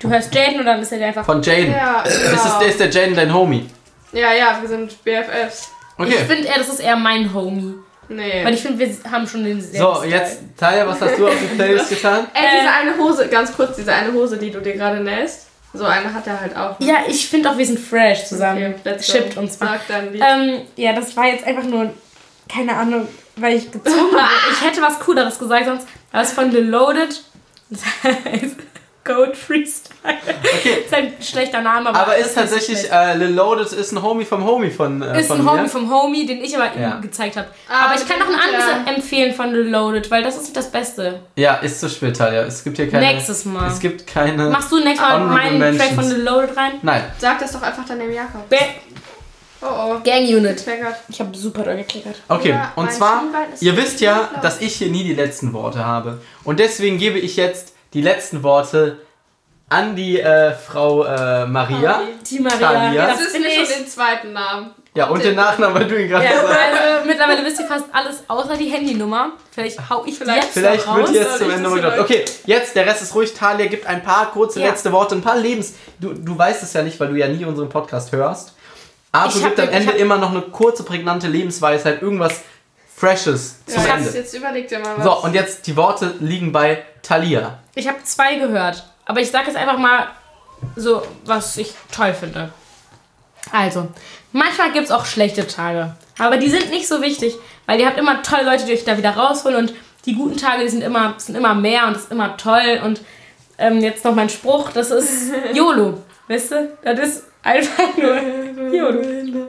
Du hörst Jaden oder ist er dir einfach.
Von Jaden.
Ja,
Ist, es,
ja.
ist der Jaden dein Homie?
ja, ja, wir sind BFFs.
Okay.
Ich finde eher, das ist eher mein Homie.
Nee.
Weil ich finde, wir haben schon den selben
So,
Style.
jetzt, Talia, was hast du auf die Playlist getan?
Ey,
Äh.
diese eine Hose, ganz kurz, diese eine Hose, die du dir gerade nähst. So eine hat er halt auch.
Ja, ich finde auch, wir sind fresh zusammen.
Okay, let's go.
Shippt uns mal.
Sag dein Lied.
Ähm, ja, das war jetzt einfach nur, keine Ahnung, weil ich gezogen habe. Ich hätte was Cooleres gesagt sonst. Aber es ist von Reloaded. Das heißt Goat Freestyle. Okay. Ist ein schlechter Name, aber.
Aber
das
ist
nicht
tatsächlich,
schlecht.
äh, Lil Loaded ist ein Homie vom Homie von, äh,
ist
von
ein
mir.
Homie vom Homie, den ich aber
Ja.
ihm gezeigt habe.
Ah,
aber ich kann noch ein anderes
ja.
empfehlen von Reloaded, weil das ist das Beste.
ja, ist zu spät, Talia. Es gibt hier keine...
Nächstes Mal.
Es gibt keine...
Machst du nächstes Mal
Honorable
meinen Track
Mentions.
von Reloaded rein?
Nein.
Sag das doch einfach dann dem Jakob.
Be
Oh oh.
Gang Unit.
Kleckert.
Ich habe super doll geklickert.
Okay,
Ja,
und
mein
zwar,
Schienbein ist
ihr wisst ja,
blau.
dass ich hier nie die letzten Worte habe. Und deswegen gebe ich jetzt die letzten Worte an die äh, Frau äh, Maria.
Die Maria.
Talia.
Das ist
bin
mir
ich.
schon den zweiten Namen.
Ja, und den Nachnamen, weil du ihn gerade
Ja,
gesagt hast.
also mittlerweile wisst ihr fast alles außer die Handynummer. Vielleicht hau ich vielleicht,
Vielleicht-
Vielleicht
jetzt noch
wird
raus.
hier jetzt
soll
zum
ich
Ende
das
mal gedacht. Okay,
vielleicht-
jetzt, der Rest ist ruhig. Talia gibt ein paar kurze
Ja.
letzte Worte, ein paar Lebens... Du, du weißt es ja nicht, weil du ja nie unseren Podcast hörst. Aber
Ich
gibt
hab-
am
ich
Ende
hab-
immer noch eine kurze, prägnante Lebensweisheit, irgendwas Freshes zum
Ja, jetzt,
Ende.
jetzt überleg dir mal was.
So, und jetzt, die Worte liegen bei Talia.
Ich habe zwei gehört, aber ich sage jetzt einfach mal so, was ich toll finde. Also, manchmal gibt es auch schlechte Tage, aber die sind nicht so wichtig, weil ihr habt immer tolle Leute, die euch da wieder rausholen und die guten Tage, die sind immer, sind immer mehr und es ist immer toll und ähm, jetzt noch mein Spruch, das ist YOLO, wisst ihr? Das ist einfach nur YOLO.